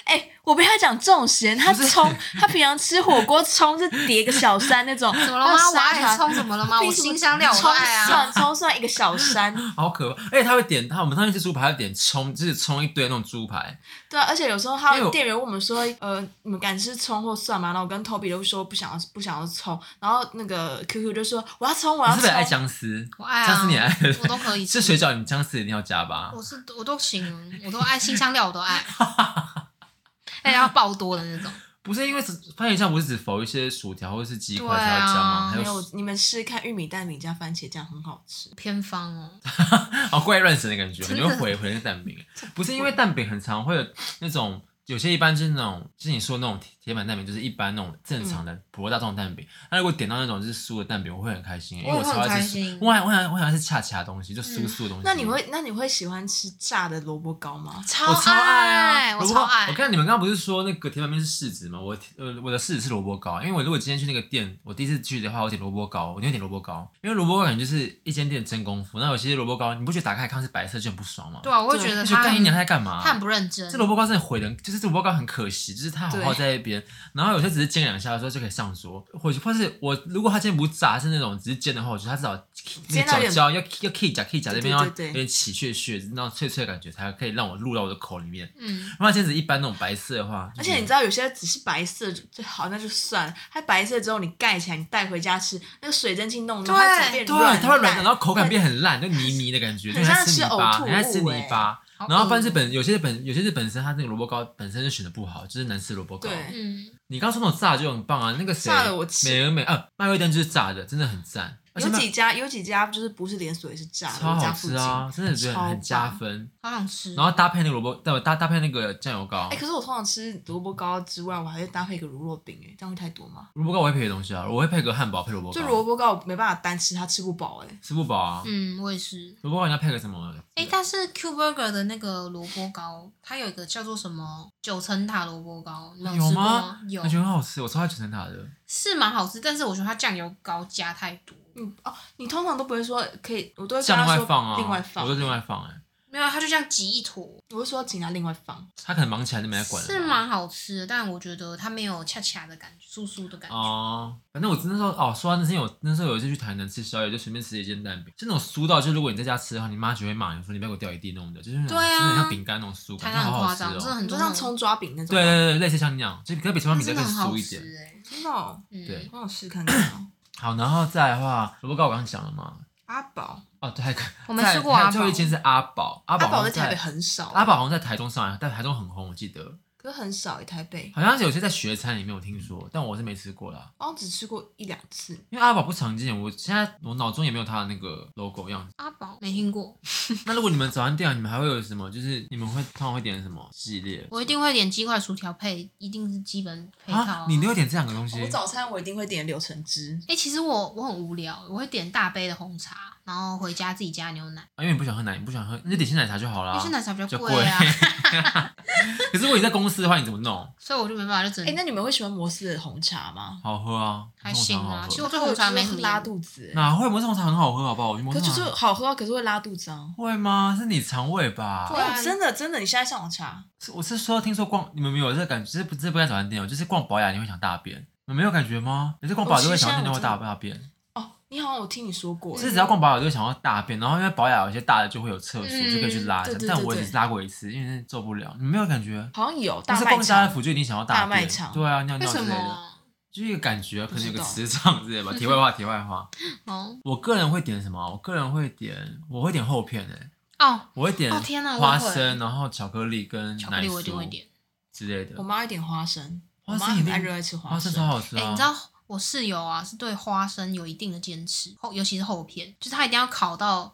A: 哎、我被他讲重咸，他
C: 不是
A: 葱，他平常吃火锅葱是叠个小山那 种，
B: 怎么了吗？我
A: 沙
B: 爱
A: 茶
B: 葱怎么 了吗？啊我
A: 凭什么
B: 新香料我都
A: 葱
B: 爱啊。
A: 蒜葱蒜一个小 山，
C: 好可怕！而且他会点他，我们上次吃猪排，他会点葱，就是葱一堆那种猪排，
A: 对啊，而且有时候他
C: 哎呦
A: 店员问我们说，呃，你们敢吃葱或蒜吗？然后我跟 Toby 都说不想要不想要葱，然后那个 QQ 就说我要葱我
C: 你
A: 要
C: 是不是爱
A: 葱，
C: 姜丝？
B: 我爱啊
C: 姜丝你也爱对不对
B: 我都 可以吃
C: 吃水饺，你姜丝一定要加吧？
B: 我是我都行，我都爱新香料，我都爱，哎，要爆多的那种。
C: 不是因为只番茄酱不是只否一些薯条或是鸡块
B: 对
C: 才要加
B: 啊
C: 吗？还
A: 没
C: 有
A: 有，你们试试看玉米蛋饼加番茄酱很好吃。
C: 嗯
B: 偏方哦，
C: 好怪乱神的 感觉，
B: 真
C: 你
B: 的
C: 会回回那蛋饼，不是因为蛋饼很常会有那种。有些一般就是那种，就是你说的那种铁铁板蛋饼，就是一般那种正常
B: 嗯
C: 的普罗大众的蛋饼。那、如果点到那种就是酥的蛋饼，我会很开心，因为
B: 我也会
C: 超
B: 很
C: 爱
B: 开
C: 吃酥
B: 心。
C: 我想我想我想吃恰恰的东西，就酥
B: 嗯
C: 酥的东西。
A: 那你会那你会喜欢吃炸的萝卜糕吗？
B: 超
C: 我超爱啊！
B: 我
C: 萝卜
B: 超
C: 糕
B: 哦爱
C: 我。看你们刚刚不是说那个铁板面是柿子吗？我呃我的柿子是萝卜糕，因为我如果今天去那个店，我第一次去的话，我点萝卜糕，我一定会点萝卜糕，因为萝卜糕感觉就是一间店真功夫。那有些萝卜糕，你不觉得打开来看是白色就很不爽吗？
B: 对啊，我会
A: 对
B: 觉得
C: 就
B: 他
C: 干一
B: 很
C: 年在干嘛？
B: 他很不认真
C: 这。萝卜糕真的毁人，就是这萝卜糕很可惜，就是它好好在那边，然后有些只是煎两下的时候就可以上桌，或者或是我如果它今天不是炸，是那种只是煎的话，我觉得它至少那
A: 煎到有
C: 个角
A: 点
C: 角要要 k 夹 k 夹这边要
A: 对对对对
C: 有点起屑屑，那种脆脆的感觉才可以让我入到我的口里面。
B: 嗯，
C: 如果它今天只是一般那种白色的话，
A: 而且你知
C: 道
A: 道有些只是白色就就好，那就算了。它白色之后你盖起来，你带回家吃，那个水蒸气弄
B: 对
A: 弄它整个变
C: 对，
A: 软，
C: 它会软的，然后口感变很烂，就泥泥的感觉，就
A: 很像
C: 在吃
A: 吃
C: 泥
A: 呕
C: 巴，
A: 吐
C: 很像吃
A: 物
C: 泥
A: 欸
C: 巴。
B: 好
C: 然后，
B: 恶哦
C: 但是本有些是本有些是本身它那个萝卜糕本身就选的不好，就是难吃萝卜糕。
A: 对
B: 嗯，
C: 你刚说那种炸就很棒啊，那个谁，
A: 炸的我吃
C: 美而美啊，麦味登就是炸的，真的很赞，而且
A: 有
C: 麦
A: 几家有几家就是不是连锁也是炸的，
C: 超
A: 我家
C: 好
A: 附
C: 吃
A: 近。
C: 啊，真的觉得
A: 超
C: 很加
A: 棒
C: 分。
B: 好想吃。
C: 然后搭配那个萝卜，呃搭搭搭配那个酱油膏
A: 哎、，可是我通常吃萝卜糕之外，我还会搭配一个乳酪饼，哎，这样会太多吗？
C: 萝卜糕我会配别的东西啊，我会配个汉堡配萝卜
A: 就萝
C: 糕，
A: 卜糕我没办法单吃，它吃不饱，哎，
C: 吃不饱啊。
B: 嗯，我也是。
C: 萝卜糕你要配个什么？
B: 哎、但是 Q Burger 的那个萝卜糕，它有一个叫做什么九层塔萝卜糕，你们有
C: 有
B: 吃过
C: 吗？
B: 有
C: 我，觉得很好吃，我超爱九层塔的。
B: 是蛮好吃，但是我觉得它酱油膏加太多，
A: 嗯哦，你通常都不会说可以，我都会跟
C: 酱
A: 他
C: 另外
A: 说
C: 放啊，
A: 另外放
C: 我说另外放哎，
B: 没有，它就这样挤一坨，
A: 我会说请他另外放。
C: 他可能忙起来就没来管了吧。
B: 是蛮好吃的，但我觉得它没有恰恰的感觉，酥酥的感觉。
C: 哦，反正我那时候哦，说到那天有那时候有一次去台南吃宵夜，就随便吃了一件蛋饼，就那种酥到，就如果你在家吃的话，你妈就会骂你说你不要给我掉一地弄的，就是那种
B: 对啊
C: 真的像饼干那种酥
B: 台
C: 感，
B: 南
C: 就
B: 很
C: 好
B: 夸
C: 好吃
B: 张，真的
C: 哦。
B: 很
A: 你说
B: 多
A: 像葱抓饼那种
C: 对对
A: 吗，
C: 对，对类似像那样，就可能比葱花
B: 它
C: 饼
B: 真
C: 再
B: 的
C: 更
B: 很好
C: 酥一
B: 吃
C: 点。
B: 哎、
A: 真的、哦，
B: 嗯，
C: 对，
A: 我想试看看哦。
C: 好，然后再来的话，萝卜糕我刚刚讲了嘛，
A: 阿宝，
C: 哦对，还有一个
B: 我没
C: 再
B: 吃过阿
C: 还有最后一
B: 宝
C: 间是阿宝，阿
A: 阿
C: 宝好
A: 宝
C: 像
A: 在台北很少，
C: 阿宝好像在台中上来，但台中很红，我记得
A: 可是很少，欸台北
C: 好像是有些在学餐里面我听说，但我是没吃过啦。
A: 好像只吃过一两次。
C: 因为阿宝不常见，我现在我脑中也没有他的那个 logo 样子。
B: 阿宝没听过，
C: 那如果你们早餐店啊，你们还会有什么？就是你们会通常会点什么系列
B: 我一定会点鸡块薯条配，一定是基本配套、
C: 啊？你都会点这两个东西
A: 哦
C: 啊
A: 我？早餐我一定会点柳橙汁，
B: 哎、其实我我很无聊，我会点大杯的红茶，然后回家自己加牛奶，
C: 啊，因为你不想喝奶，你不想喝，那就点鲜奶茶就好
B: 因
C: 啦
B: 为。现在茶比
C: 比较
B: 较
C: 贵
B: 贵啊，
C: 可是如果你在公司的话，你怎么弄？
B: 所以我就没办法，就只
A: 哎、
B: 能、
A: 那你们会喜欢摩斯的红茶吗？
C: 好喝啊，
B: 还行啊。
C: 红
B: 其
C: 茶很好喝。
B: 实我对红茶没什么
A: 拉，肚子、欸，
C: 哪会摩斯红茶很好喝，好不好？我觉得摩
A: 可
C: 斯
A: 是
C: 红
A: 就
C: 茶
A: 是好喝啊，可是会拉肚子啊。
C: 会吗？是你肠胃吧
B: 不？
A: 没有
B: 然
A: 哦真的真的，你现在上网查，
C: 是我是说，听说逛你们没有这个感觉，这不这不在早餐店哦，就是逛宝雅你会想大便，你们没有感觉吗？你是逛宝雅都会想要
A: 我其实现在
C: 都会
A: 我真
C: 大
A: 的
C: 大便。
A: 哦，你好像有听你说过，
C: 是只要逛宝雅就会想要大便，然后因为宝雅有些大的就会有厕所，
B: 嗯
C: 就可以去拉一下
A: 对对对
C: 但我也
A: 对
C: 只拉过一次，因为真的受不了。你没有感觉？
A: 好像有
C: 但
A: 大
C: 是
A: 卖
C: 逛家乐
A: 场，
C: 福就一定想要
A: 大
C: 便
A: 卖场
C: 对啊，尿
B: 为
C: 尿之
B: 什
C: 类
B: 么
C: 的，
B: 啊？
C: 就是一个感觉，可能有个
A: 不知道
C: 磁场之类吧。题外话，题外话，
B: 哦
C: 我个人会点什么啊？我个人会点，我会点厚片诶、
B: 哦，
C: 我会点
B: 哦天哪我
C: 花
B: 会
C: 生，然后巧克力跟
B: 巧克
C: 奶
B: 力我一定会
C: 酥
B: 点。
C: 之类的
A: 我。妈爱点花生，我
C: 花
A: 妈
C: 生一
A: 很爱
C: 定
A: 热爱吃
C: 花
A: 花
C: 生超好吃
B: 哎、
C: 啊！
B: 你知道我室友啊是对花生有一定的坚持，后尤其是厚片，就是他一定要烤到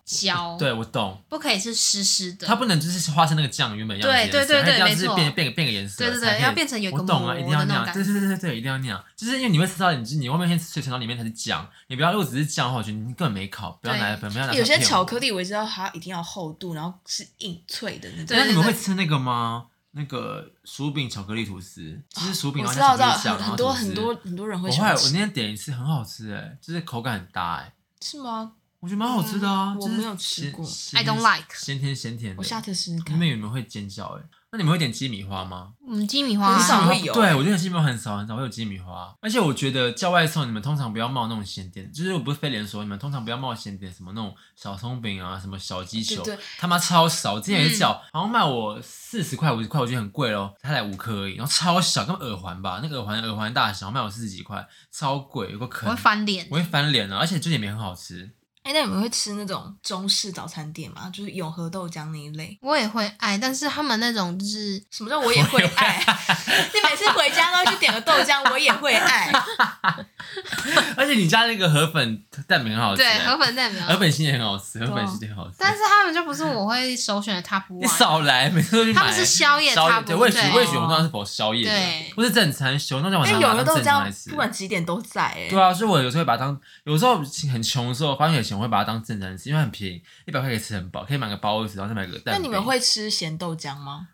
B: 焦，
C: 对，我懂，
B: 不可以是湿湿的。
C: 它不能就是花生那个酱原本样子的
B: 对
C: 颜色，
B: 对对
C: 它一定要
B: 对
C: 就是
B: 没错
C: 变变个变个颜色才
B: 对
C: 可
B: 对
C: 以，
B: 对，要变成有一
C: 我
B: 个
C: 懂啊，一定
B: 膜
C: 要
B: 的
C: 那
B: 那
C: 样，
B: 种感
C: 对
B: 觉。
C: 对对对对，一定要那样，就是因为你会吃到，你就是你外面先水成到里面才是酱，你不要如果只是酱的话，我觉得你根本没烤，不要
B: 对
C: 拿来粉，不要拿来
A: 哎有些巧克
C: 力。
A: 力我知道它一定要厚度，然后是硬脆的那种。
B: 对
C: 那你们会吃那个吗？那个薯饼巧克力吐司，就是薯饼
A: 我
C: 然
A: 知道，
C: 后加
A: 哦我知道，
C: 巧克力酱，
A: 很很多很多。很多人
C: 我
A: 会喜
C: 后来
A: 欢
C: 我那
A: 吃，
C: 天点一次，很好吃哎，就是口感很搭哎，
A: 是吗？
C: 我觉得蛮好吃的啊。
A: 嗯
C: 就是
A: 我没有吃
C: 咸
A: 过
C: 咸
B: I don't
C: 甜
B: like
C: 咸甜咸甜的。
A: 我下次试试
C: 你
A: 看。
C: 们有没有会尖叫哎？那你们会点鸡米花吗？
B: 我们鸡米花、
A: 很少
B: 啊、
A: 会有
C: 对
A: 欸
C: 我觉得鸡米花很少很少会有鸡米花，而且我觉得叫外送你们通常不要冒那种咸点，就是我不是非连锁，你们通常不要冒咸点，什么那种小松饼啊，什么小鸡球，
A: 对对
C: 他妈超少，我之前也是叫，
B: 嗯
C: 好像卖我四十块五十块，我觉得很贵咯，才来五颗而已，然后超小，跟耳环吧，那个耳环耳环大小卖我四十几块，超贵，有个
B: 我
C: 坑
B: 会，翻脸
C: 我。会翻脸啊了、而且这也没很好吃，
A: 哎，那你们会吃那种中式早餐店吗？就是永和豆浆那一类？
B: 我也会爱，但是他们那种就是
A: 什么叫我也会爱？ 你每次回家都去点个豆浆，我也会 爱。
C: 而且你家那个河粉蛋饼很好吃欸，
B: 对，河粉代 表
C: 河。粉心也很好吃，河
A: 啊
C: 粉心也很好吃。
B: 但是他们就不是我会首选的 top
C: 你
B: one，
C: 少来，每次都去买。
B: 他们是宵夜
C: 宵
B: top
C: 夜
B: one，
C: 对，我也许我也许
A: 哦
C: 我们通常是否宵夜
B: 对
C: 的，或是正餐熊那种晚
A: 因
C: 上
A: 为哎有的豆
C: 正餐来
A: 浆
C: 吃
A: 不。管几点都在哎、
C: 对啊，所以我有时候会把它当，有时候很穷的时候，发现有钱我会把它当正餐吃，因为它很便宜，一百块可以吃很饱，可以买个包子，然后再买个蛋。
A: 那你们？会吃咸豆浆吗？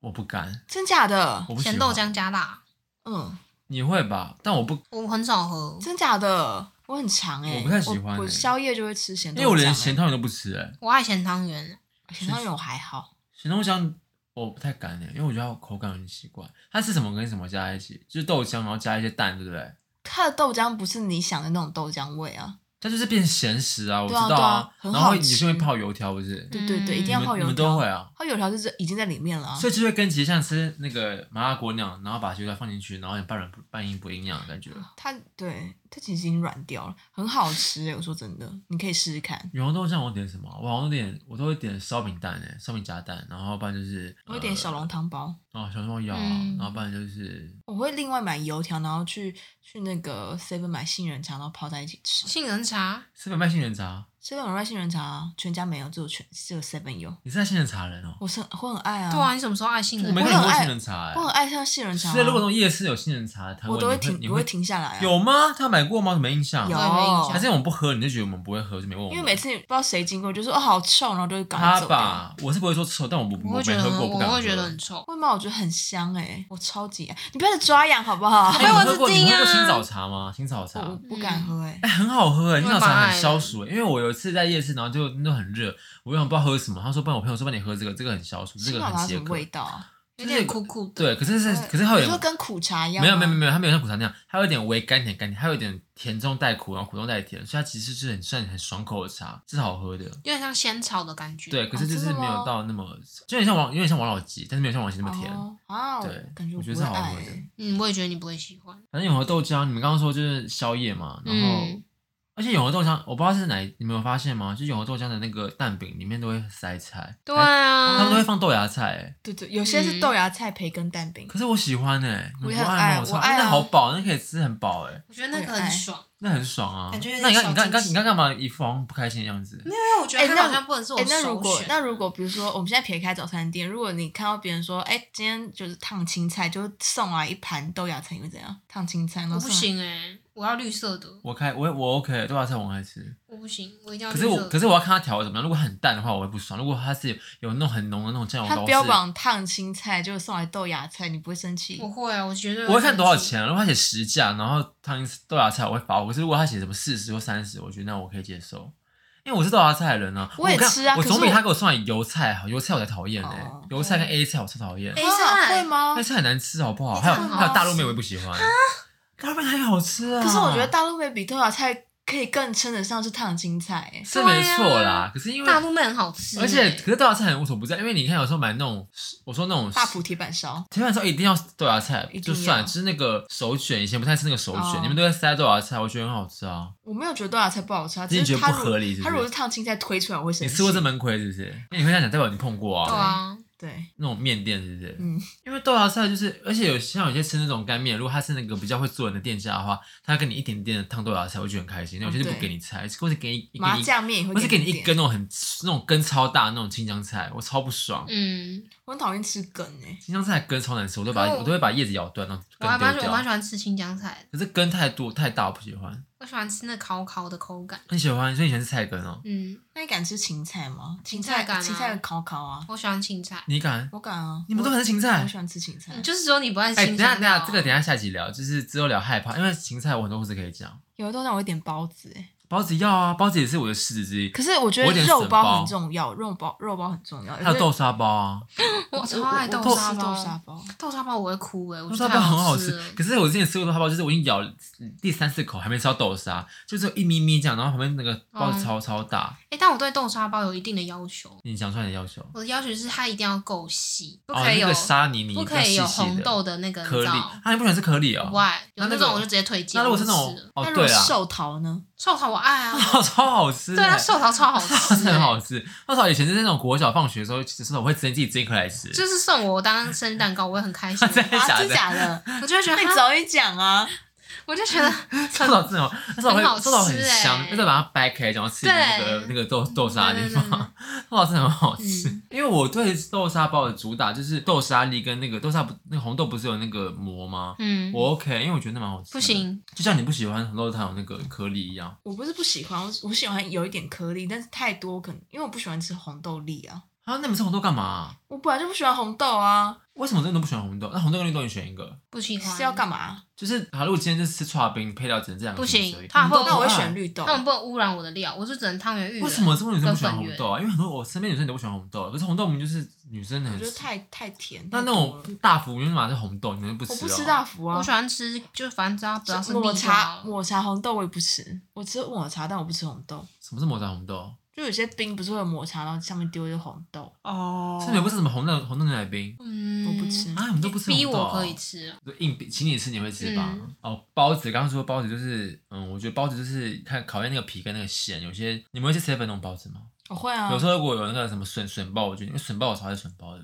C: 我不敢，
A: 真假的？
C: 我不喜
B: 咸
C: 欢
B: 豆。浆加辣，
A: 嗯，
C: 你会吧？但我不，
B: 我很少喝，
A: 真假的？我很常哎、
C: 我不太喜欢
A: 我。我
C: 欸
A: 宵夜就会吃咸
C: 因
A: 豆浆、欸
C: 为我连咸汤圆都不吃哎，
B: 我爱咸汤圆，
A: 咸汤圆我还好，
C: 咸豆浆我不太敢哎，因为我觉得它口感很奇怪。它是什么跟什么加在一起？就是豆浆，然后加一些蛋，对不对？
A: 它的豆浆不是你想的那种豆浆味啊。
C: 它就是变咸食啊，我知
A: 对啊
C: 道
A: 对啊很
C: 然后
A: 好
C: 也是
A: 吃
C: 会泡油条，不是？
A: 对对对，
B: 嗯
A: 一定要
C: 你
A: 泡
C: 们
A: 油
C: 你们
A: 条
C: 都会，啊，
A: 泡油条就是已经在里面了、啊。
C: 所以就会跟其实像吃那个麻辣锅那样，然后把油条放进去，然后你半软不半硬不硬那样的感觉。
A: 它对它其实已经软掉了，很好吃哎、我说真的，你可以试试看。
C: 有红豆酱我点什么啊？我好像点我都会点烧饼蛋诶、烧饼夹蛋，然后不然就是
A: 我会点小笼
C: 汤
A: 汤包，
C: 哦，小笼包有啊，
B: 嗯
C: 然后不然就是
A: 我会另外买油条，然后去去那个 seven 买杏仁茶，然后泡在一起吃。
B: 杏仁茶，
C: 是本卖杏仁茶，
A: seven 有卖杏仁茶啊，全家没有，只有全只有 seven 有。
C: 你是在杏仁茶人哦、
A: 我是我很爱啊，
B: 对啊，你什么时候爱杏
C: 我
B: 仁
C: 没
A: 我
C: 看
A: 很
C: 你喝
A: 爱
C: 杏仁茶诶、欸
A: 我很爱上杏仁茶啊、
C: 所以如果那种夜市有杏仁茶的摊位，
A: 我都会
C: 你
A: 停，
C: 你
A: 我会停下来、啊。
C: 有吗？他买过吗？没印象。
A: 有
B: 我也没印象
C: 还是我们不喝，你就觉得我们不会喝，就没问我们。
A: 因为每次不知道谁经过，就说哦好臭，然后就会赶快
C: 他
A: 走掉。
C: 吧，我是不会说臭，但我不
B: 我会
C: 没
B: 觉得
C: 喝过，
B: 很，
C: 不
B: 我
C: 敢喝。
B: 会觉得很臭。
A: 会吗？我觉得很香哎、我超级爱。你不要再抓痒好不好？
B: 哎我
C: 你喝过
B: 是
C: 你喝
B: 这
C: 过
B: 样啊
C: 青枣茶吗？青枣茶
A: 我我不敢喝哎、
C: 哎、很好喝哎、
B: 我也
C: 青枣茶
B: 蛮爱
C: 很
B: 的
C: 消暑、哎因为我有一次在夜市，然后就那很热，我原本不知道喝什么，他说不然我朋友说帮你喝这个，这个很消暑，这
A: 青
C: 个
A: 岛
C: 很
A: 茶
C: 解
A: 什么
C: 渴
A: 味。道啊？
B: 有点苦苦的。
C: 对，可是是可是它有
A: 你说
C: 点
A: 跟苦茶一样
C: 没
A: 吗？
C: 有没有没有，它没有像苦茶那样，它有点微甘甜甘甜，它有点甜中带苦，然后苦中带甜，所以它其实是很算很爽口的茶，是好喝的。
B: 有点像仙草的感觉。
C: 对，可是
A: 哦
C: 就
A: 真
C: 是
A: 的
C: 没有
A: 吗
C: 到那么，就有点像王，有点像王老吉，但是没有像王老吉那么甜。
A: 哦啊，我
C: 对
A: 感觉
C: 我觉得
A: 不
C: 是
A: 会
C: 好
A: 爱
C: 喝的
A: 欸。
B: 嗯，我也觉得你不会喜欢。
C: 反正永和豆浆，你们刚刚说就是宵夜嘛，然后、
B: 嗯，
C: 而且永和豆浆，我不知道是哪一，你们有发现吗？就是永和豆浆的那个蛋饼里面都会塞菜，
B: 对
C: 还他们都会
B: 啊，
C: 放豆芽菜、欸，
A: 对对，有些
B: 嗯
A: 是豆芽菜培根蛋饼，
C: 可是我喜欢哎、欸，
A: 我
C: 你
A: 也
C: 们不
A: 很
C: 爱
A: 爱
C: 吗？超
A: 我爱啊
C: 那好饱，那可以吃很饱哎、欸，
B: 我觉得那个很爽，
C: 那很爽啊。
B: 感觉有点
C: 那你看
B: 小
C: 你刚你
B: 惊
C: 刚
B: 喜
C: 你刚干嘛一副好像不开心的样子？
B: 因为我觉得
A: 哎
B: 它
A: 那
B: 好像不能是我
A: 哎、
B: 首选。
A: 那如果那如果比如说我们现在撇开早餐店，如果你看到别人说，哎、今天就是烫青菜，就送来一盘豆芽菜，你会怎样？烫青菜，然后
B: 我不
A: 送来，
B: 行哎，我要绿色的，
C: 我开我我 OK 豆芽菜我爱吃，
B: 我不行，我一定要
C: 可
B: 绿
C: 是
B: 色
C: 我
B: 的。
C: 可是我要看它调的怎么样。如果很淡的话，我会不爽；如果它是有有那种很浓的那种酱油膏，
A: 他标榜烫青菜，就送来豆芽菜，你不会生气
B: 我？会啊，我绝对
C: 我会看
B: 生
C: 多少
B: 气。
C: 钱、啊，如果他写十价，然后烫一次豆芽菜，我会罚我。可是如果他写什么四十或三十，我觉得那我可以接受，因为我是豆芽菜的人啊。
A: 我也
C: 看
A: 吃啊
C: 我
A: 可是
C: 总比
A: 我
C: 他给我送来油菜好，油菜我才讨厌呢、
A: 哦
C: 油菜跟 A 菜我超讨厌
B: 哎
A: 啊
B: 菜
A: 会吗
C: a？菜很难吃好不好？
B: A
C: 还有
B: 菜很好
C: 还有大陆面我也不喜欢，大陆面还好吃啊。
A: 啊可是我觉得大陆妹比豆芽菜可以更称得上是烫青菜、哎，
C: 是没错
B: 对
C: 啦
B: 啊，
C: 可是因为
B: 大陆妹很好吃欸，
C: 而且可是豆芽菜很无所不在，因为你看有时候买那种我说那种
A: 大埔铁板烧，
C: 铁板烧一定要豆芽菜
A: 一定
C: 就
A: 要
C: 算了，就是那个手卷，以前不太吃那个手
A: 哦
C: 卷，你们都在塞豆芽菜，我觉得很好吃啊。
A: 我没有觉得豆芽菜不好吃啊，
C: 只是
A: 只
C: 觉得
A: 它
C: 不
A: 如
C: 合理是不
A: 它
C: 是
A: 如果是烫青菜推出来，我会生
C: 你
A: 气。
C: 吃过这门亏是不是？那你会这样讲，代表你碰过
B: 对
C: 啊，
B: 啊，
A: 对，
C: 那种面店是不是？
A: 嗯，
C: 因为豆芽菜就是，而且有像有些吃那种干面，如果他是那个比较会做人的店家的话，他跟你一点点的烫豆芽菜，我就很开心。那我就是不
A: 对
C: 给你菜，或者给你一
A: 麻
C: 根，
A: 酱面也会
C: 或是给你一
A: 点
C: 根那种很那种根超大的那种青江菜，我超不爽。
B: 嗯，
A: 我很讨厌吃梗哎、
C: 青江菜根超难吃，我都把它
B: 哦
C: 我都会把叶子咬断，然后
B: 我还
C: 根
B: 蛮
C: 丢
B: 喜我蛮
C: 掉
B: 喜。欢吃青江菜的，
C: 可是根太多太大，我不喜欢。
B: 我喜欢吃那烤烤的口感。
C: 你喜欢？所以以前是菜根哦。
B: 嗯，
A: 那你敢吃芹菜吗？芹
B: 菜敢啊
A: 芹菜烤烤啊，
B: 我喜欢青菜。
C: 你敢？
A: 我敢啊。
C: 你们都敢吃芹
A: 我
C: 菜
A: 我喜欢吃芹菜
B: 你。就是说你不爱吃
C: 哎、
B: 青
C: 等一下
B: 菜
C: 等一
B: 吗、
C: 下，这个等一下下集聊，就是之后聊害怕，因为芹菜我很多故事可以讲。
A: 有的豆让我会点包子哎、
C: 包子要啊，包子也是我的柿子之一。
A: 可是我觉
C: 我
A: 得
C: 有点
A: 肉
C: 笋
A: 包
C: 包
A: 很重要，肉包肉包很重要。
C: 还有豆沙包啊，
A: 我，
B: 我超爱
A: 豆
B: 豆沙
A: 豆
B: 包，
A: 沙包。
C: 哦
B: 豆沙包我会哭哎、我
C: 豆
B: 觉
C: 沙
B: 得
C: 包
B: 太
C: 很好
B: 吃
C: 吃
B: 了。。
C: 可是我之前吃过豆沙包，就是我已经咬第三四口还没吃到豆沙，就只有一咪咪这样，然后旁边那个包子
B: 嗯
C: 超超大。
B: 哎、但我对豆沙包有一定的要求，
C: 你讲出来你的要求，
B: 我的要求是它一定要够细，不
C: 哦，
B: 可以
C: 那
B: 有、
C: 个沙泥泥，
B: 不
C: 要
B: 可
C: 细
B: 以有
C: 细的
B: 红豆的那个
C: 颗粒。
B: 你知道
C: 啊，你不喜欢吃颗粒哦？
B: 外
C: 那
B: 有
C: 那
B: 那
C: 个
B: 种我就直接推荐。
C: 那如果是那
B: 我不吃
C: 种
B: 了
C: 哦
A: 那，如果
C: 对啊，
A: 寿桃呢？
B: 寿桃，我我爱 啊，
C: 超 超好吃欸，
B: 对啊，寿桃 超好
C: 真
B: 吃
C: 的
B: 欸、
C: 很好吃。那时候以前是那种国小放学的时候，其实我会直接自己自己回来吃。
B: 就是送我当生日蛋糕，我也很开 心。
C: 真的假的
B: 啊真假 的？我就会觉得
A: 那你
B: 哈，
A: 早一讲啊！
B: 我就觉得
C: 臭豆真的，哦那时候会
B: 很好吃
C: 臭豆很
B: 欸
C: 香，那时候把它掰开，然后吃那个
B: 对
C: 那个豆豆沙的地
B: 对对
C: 方，豆沙真的很好吃
B: 嗯。
C: 因为我对豆沙包的主打就是豆沙粒跟那个豆沙不那个红豆不是有那个膜吗？
B: 嗯，
C: 我 OK，因为我觉得那蛮好吃。
B: 不，行，
C: 就像你不喜欢红豆它有那个颗粒一样
A: 我不是不喜欢，我我喜欢有一点颗粒，但是太多可能因为我不喜欢吃红豆粒啊，
C: 啊。那你吃红豆干嘛、
A: 我本来就不喜欢红豆啊，
C: 为什么真的不喜欢红豆？那红豆跟绿豆你选一个，
B: 不喜欢
A: 是要干嘛？
C: 就是好，如果今天就是吃刨冰配料只能这两个
B: 不
C: 选
B: 行
C: 择
B: 它
C: 红豆
B: 会
A: 那我会
C: 不爱
A: 选绿豆
B: 那，我们不能污染我的料，我是只能汤圆芋圆。
C: 为什么这么多女生不喜欢
B: 跟
C: 红
B: 粉圆
C: 豆啊？因为很多我身边女生都不喜欢红豆，啊可是红豆我们就是女生
A: 我
C: 很
A: 觉得太太甜。
C: 那
A: 太
C: 那
A: 多
C: 种
A: 了
C: 大福，你为嘛是红豆？你们不吃、
A: 我
C: 哦？
A: 不吃大福啊
B: 我喜，欢吃，就反正只要不要是
A: 抹
B: 绿就好
A: 茶
C: 哦
A: 抹茶红豆我也不吃，我吃抹茶但我不吃红豆。
C: 什么是抹茶红豆？
A: 就有些冰不是会有抹茶，然后上面丢一个红豆，
B: 哦
C: 是你们不吃什么红豆红豆牛奶冰
B: 嗯，
A: 我不吃。
C: 啊？你们都不吃红
B: 逼
C: 豆、
B: 我可以。吃，
C: 就硬逼，请你吃你会吃吧？
B: 嗯
C: 哦，包子刚刚说包子就是，嗯，我觉得包子就是看考验那个皮跟那个馅。有些你们会吃 seven 那种包子吗？
A: 我会啊
C: 有。时候如果有那个什么笋笋包，我觉得因为笋包我超爱吃笋包的。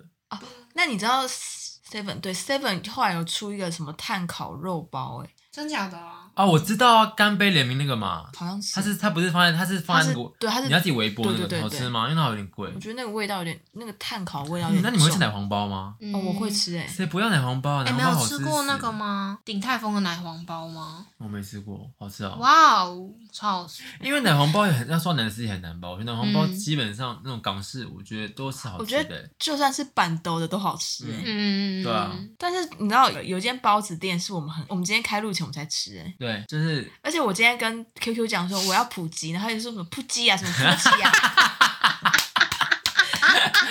A: 那你知道 Seven 对 Seven 后来有出一个什么炭烤肉包、欸？
B: 真假的啊？
C: 啊，我知道啊，干杯联名那个嘛，
A: 好像是。
C: 它是它不是放在它是放
A: 它
C: 在
A: 是
C: 那个
A: 对它是
C: 你要自己微波那
A: 对
C: 个
A: 对对
C: 好
A: 对
C: 吃吗？因为它有点贵。
A: 我觉得那个味道有点，那个炭烤味道有
C: 嗯
A: 点、
C: 那你们会吃奶？黄包吗？
B: 嗯
A: 哦，我会。吃哎、
C: 谁不要奶黄包啊？奶
B: 哎、
C: 黄
B: 没
C: 包
B: 有
C: 好
B: 吃
C: 死
B: 过那个？吗？鼎泰丰的奶黄包吗？
C: 我没吃过，好吃哦。
B: 哇哦，超好吃！
C: 因为奶黄包也很要说难吃也很难包，我觉得奶黄包
B: 嗯
C: 基本上那种港式，我觉得都是好
A: 我
C: 吃
A: 觉
C: 的
A: 得。就算是板豆的都好吃哎、
B: 嗯，
C: 对啊
A: 但是你知道有有一间包子店是我们很，我们今天开录前我们才吃哎、
C: 对，就是
A: 而且我今天跟 QQ 讲说我要普及，然后他就说什么普及啊，什么普及啊。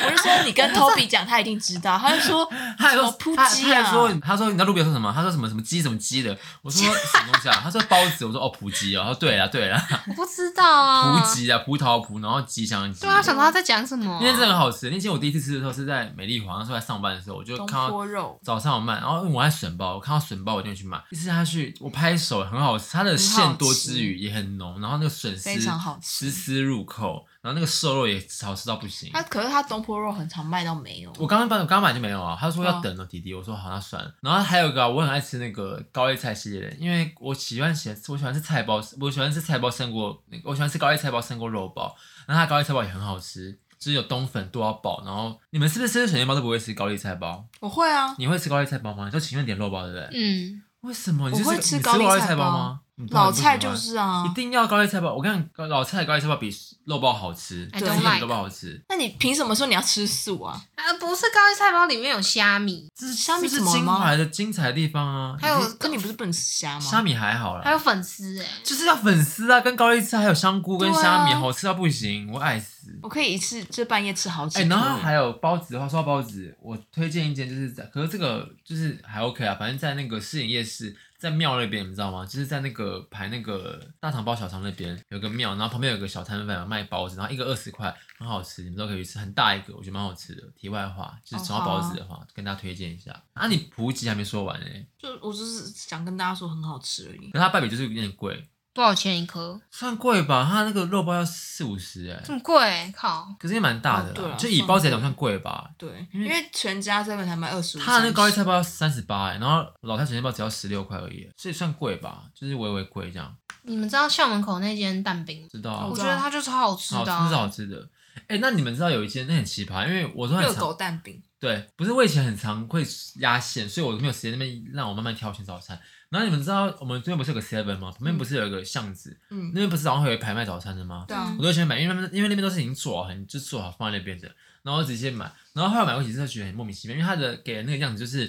A: 我就说你跟 Toby 讲，他一定知道。他就说
C: 他还
A: 什
C: 说
A: 么扑
C: 他
A: 鸡
C: 他
A: 啊
C: 还说他说你在路边说什么？他说什么什么鸡什么鸡的？我说什么东西啊？他说包子，我说哦葡鸡哦。他说对了对了，
B: 我不知道
A: 嗯
B: 啊。
C: 葡鸡啊葡萄葡，然后吉祥的鸡。
B: 对啊，想到他在讲什么啊？
C: 那天真的很好吃。那天我第一次吃的时候是在美丽华，那时候在上班的时候，我就
A: 东
C: 看到
A: 坡肉，
C: 早上我卖，然后因为我爱笋包，我看到笋包我就会去买，一吃下去我拍手很好吃，它的馅多之余也很浓，然后那个笋丝
A: 非常好吃
C: 丝丝入口，然后那个瘦肉也好吃到不行。
A: 它可是它东坡肉很常卖到没有。
C: 我刚刚我刚买就没有啊，他说要
A: 哦
C: 等哦，弟弟，我说好，那算了。然后还有一个啊、我很爱吃那个高丽菜系列的，因为我喜欢喜我喜欢吃菜包，我喜欢吃菜包胜过那个，我喜欢吃高丽菜包胜过肉包，然后它的高丽菜包也很好吃，就是有冬粉多到爆。然后你们是不是吃水煎包都不会吃高丽菜包？
A: 我会啊，
C: 你会吃高丽菜包吗？你就情愿点肉包，对不对？
B: 嗯，
C: 为什么？你
A: 我
C: 是
A: 会
C: 吃
A: 吃
C: 你
A: 高丽
C: 高丽
A: 菜
C: 菜包
A: 包
C: 吗？你不
A: 老
C: 你不
A: 菜
C: 喜欢
A: 就是啊
C: 一。定要高丽菜包。我跟你讲，老菜的高丽菜包比肉包好吃，
B: I
C: 真
A: don't
C: 的比
B: like
C: 肉包好吃。
A: 那你凭什么说你要吃素啊？
B: 啊，不是高丽菜包里面有虾米，
C: 这是
A: 虾米
C: 这
A: 怎
C: 是
A: 么了
C: 精
A: 吗
C: 华的精彩的地方啊！
B: 还有
C: 你可以
A: 可你不是不能吃虾吗？
C: 虾米还好
B: 还
C: 啦，
B: 有粉丝哎、
C: 就是要粉丝啊，跟高丽菜还有香菇跟
A: 对啊
C: 虾米，好吃到不行，我爱死。
A: 我可以一次就半夜吃好几
C: 哎、
A: 颗。
C: 然后还有包子的话，说到包子，我推荐一间，就是在，可是这个就是还 OK 啊，反正在那个市营夜市，在庙那边，你知道吗？就是在那个排那个大肠包小肠那边有个庙，然后旁边有个小摊贩卖包子，然后一个二十块，很好吃，你们都可以去吃，很大一个，我觉得蛮好吃的。题外话，就是讲到包子的话，跟大家推荐一下。啊，你普吉还没说完呢、
A: 就我就是想跟大家说很好吃而已
C: 可。是它败笔就是有点贵，
B: 多少钱一颗？
C: 算贵吧？它那个肉包要四五十哎，
B: 这么贵、靠！
C: 可是也蛮大的
A: 哦对
C: 啦，
A: 啊
C: 就以包子来讲算贵吧。
A: 对，
C: 因为
A: 因为全家这边才卖二十五。
C: 它的那个高丽
A: 30
C: 菜包要三十八，欸然后老太水煎包只要十六块而已，欸所以算贵吧，就是微微贵这样。
B: 你们知道校门口那间蛋饼吗？
C: 知道啊
B: 我
A: 哦我
B: 觉
A: 知道
B: 得它就超好吃
C: 好吃
B: 的啊、
C: 是好吃的。哎、那你们知道有一间那很奇葩，因为我都很
A: 热
C: 常
A: 狗蛋饼，
C: 对，不是我以前很常会压线，所以我没有时间那边让我慢慢挑选早餐。然后你们知道我们这边不是有个 Seven 吗？旁边不是有一个巷子，
A: 嗯
C: 那，边不是早上会有一排卖早餐的吗？
A: 对啊
C: 我，都先买，因为那边因为那边都是已经做好，很就做好放在那边的，然后直接买。然后后来买过几次，觉得很莫名其妙，因为它的给的那个样子就是，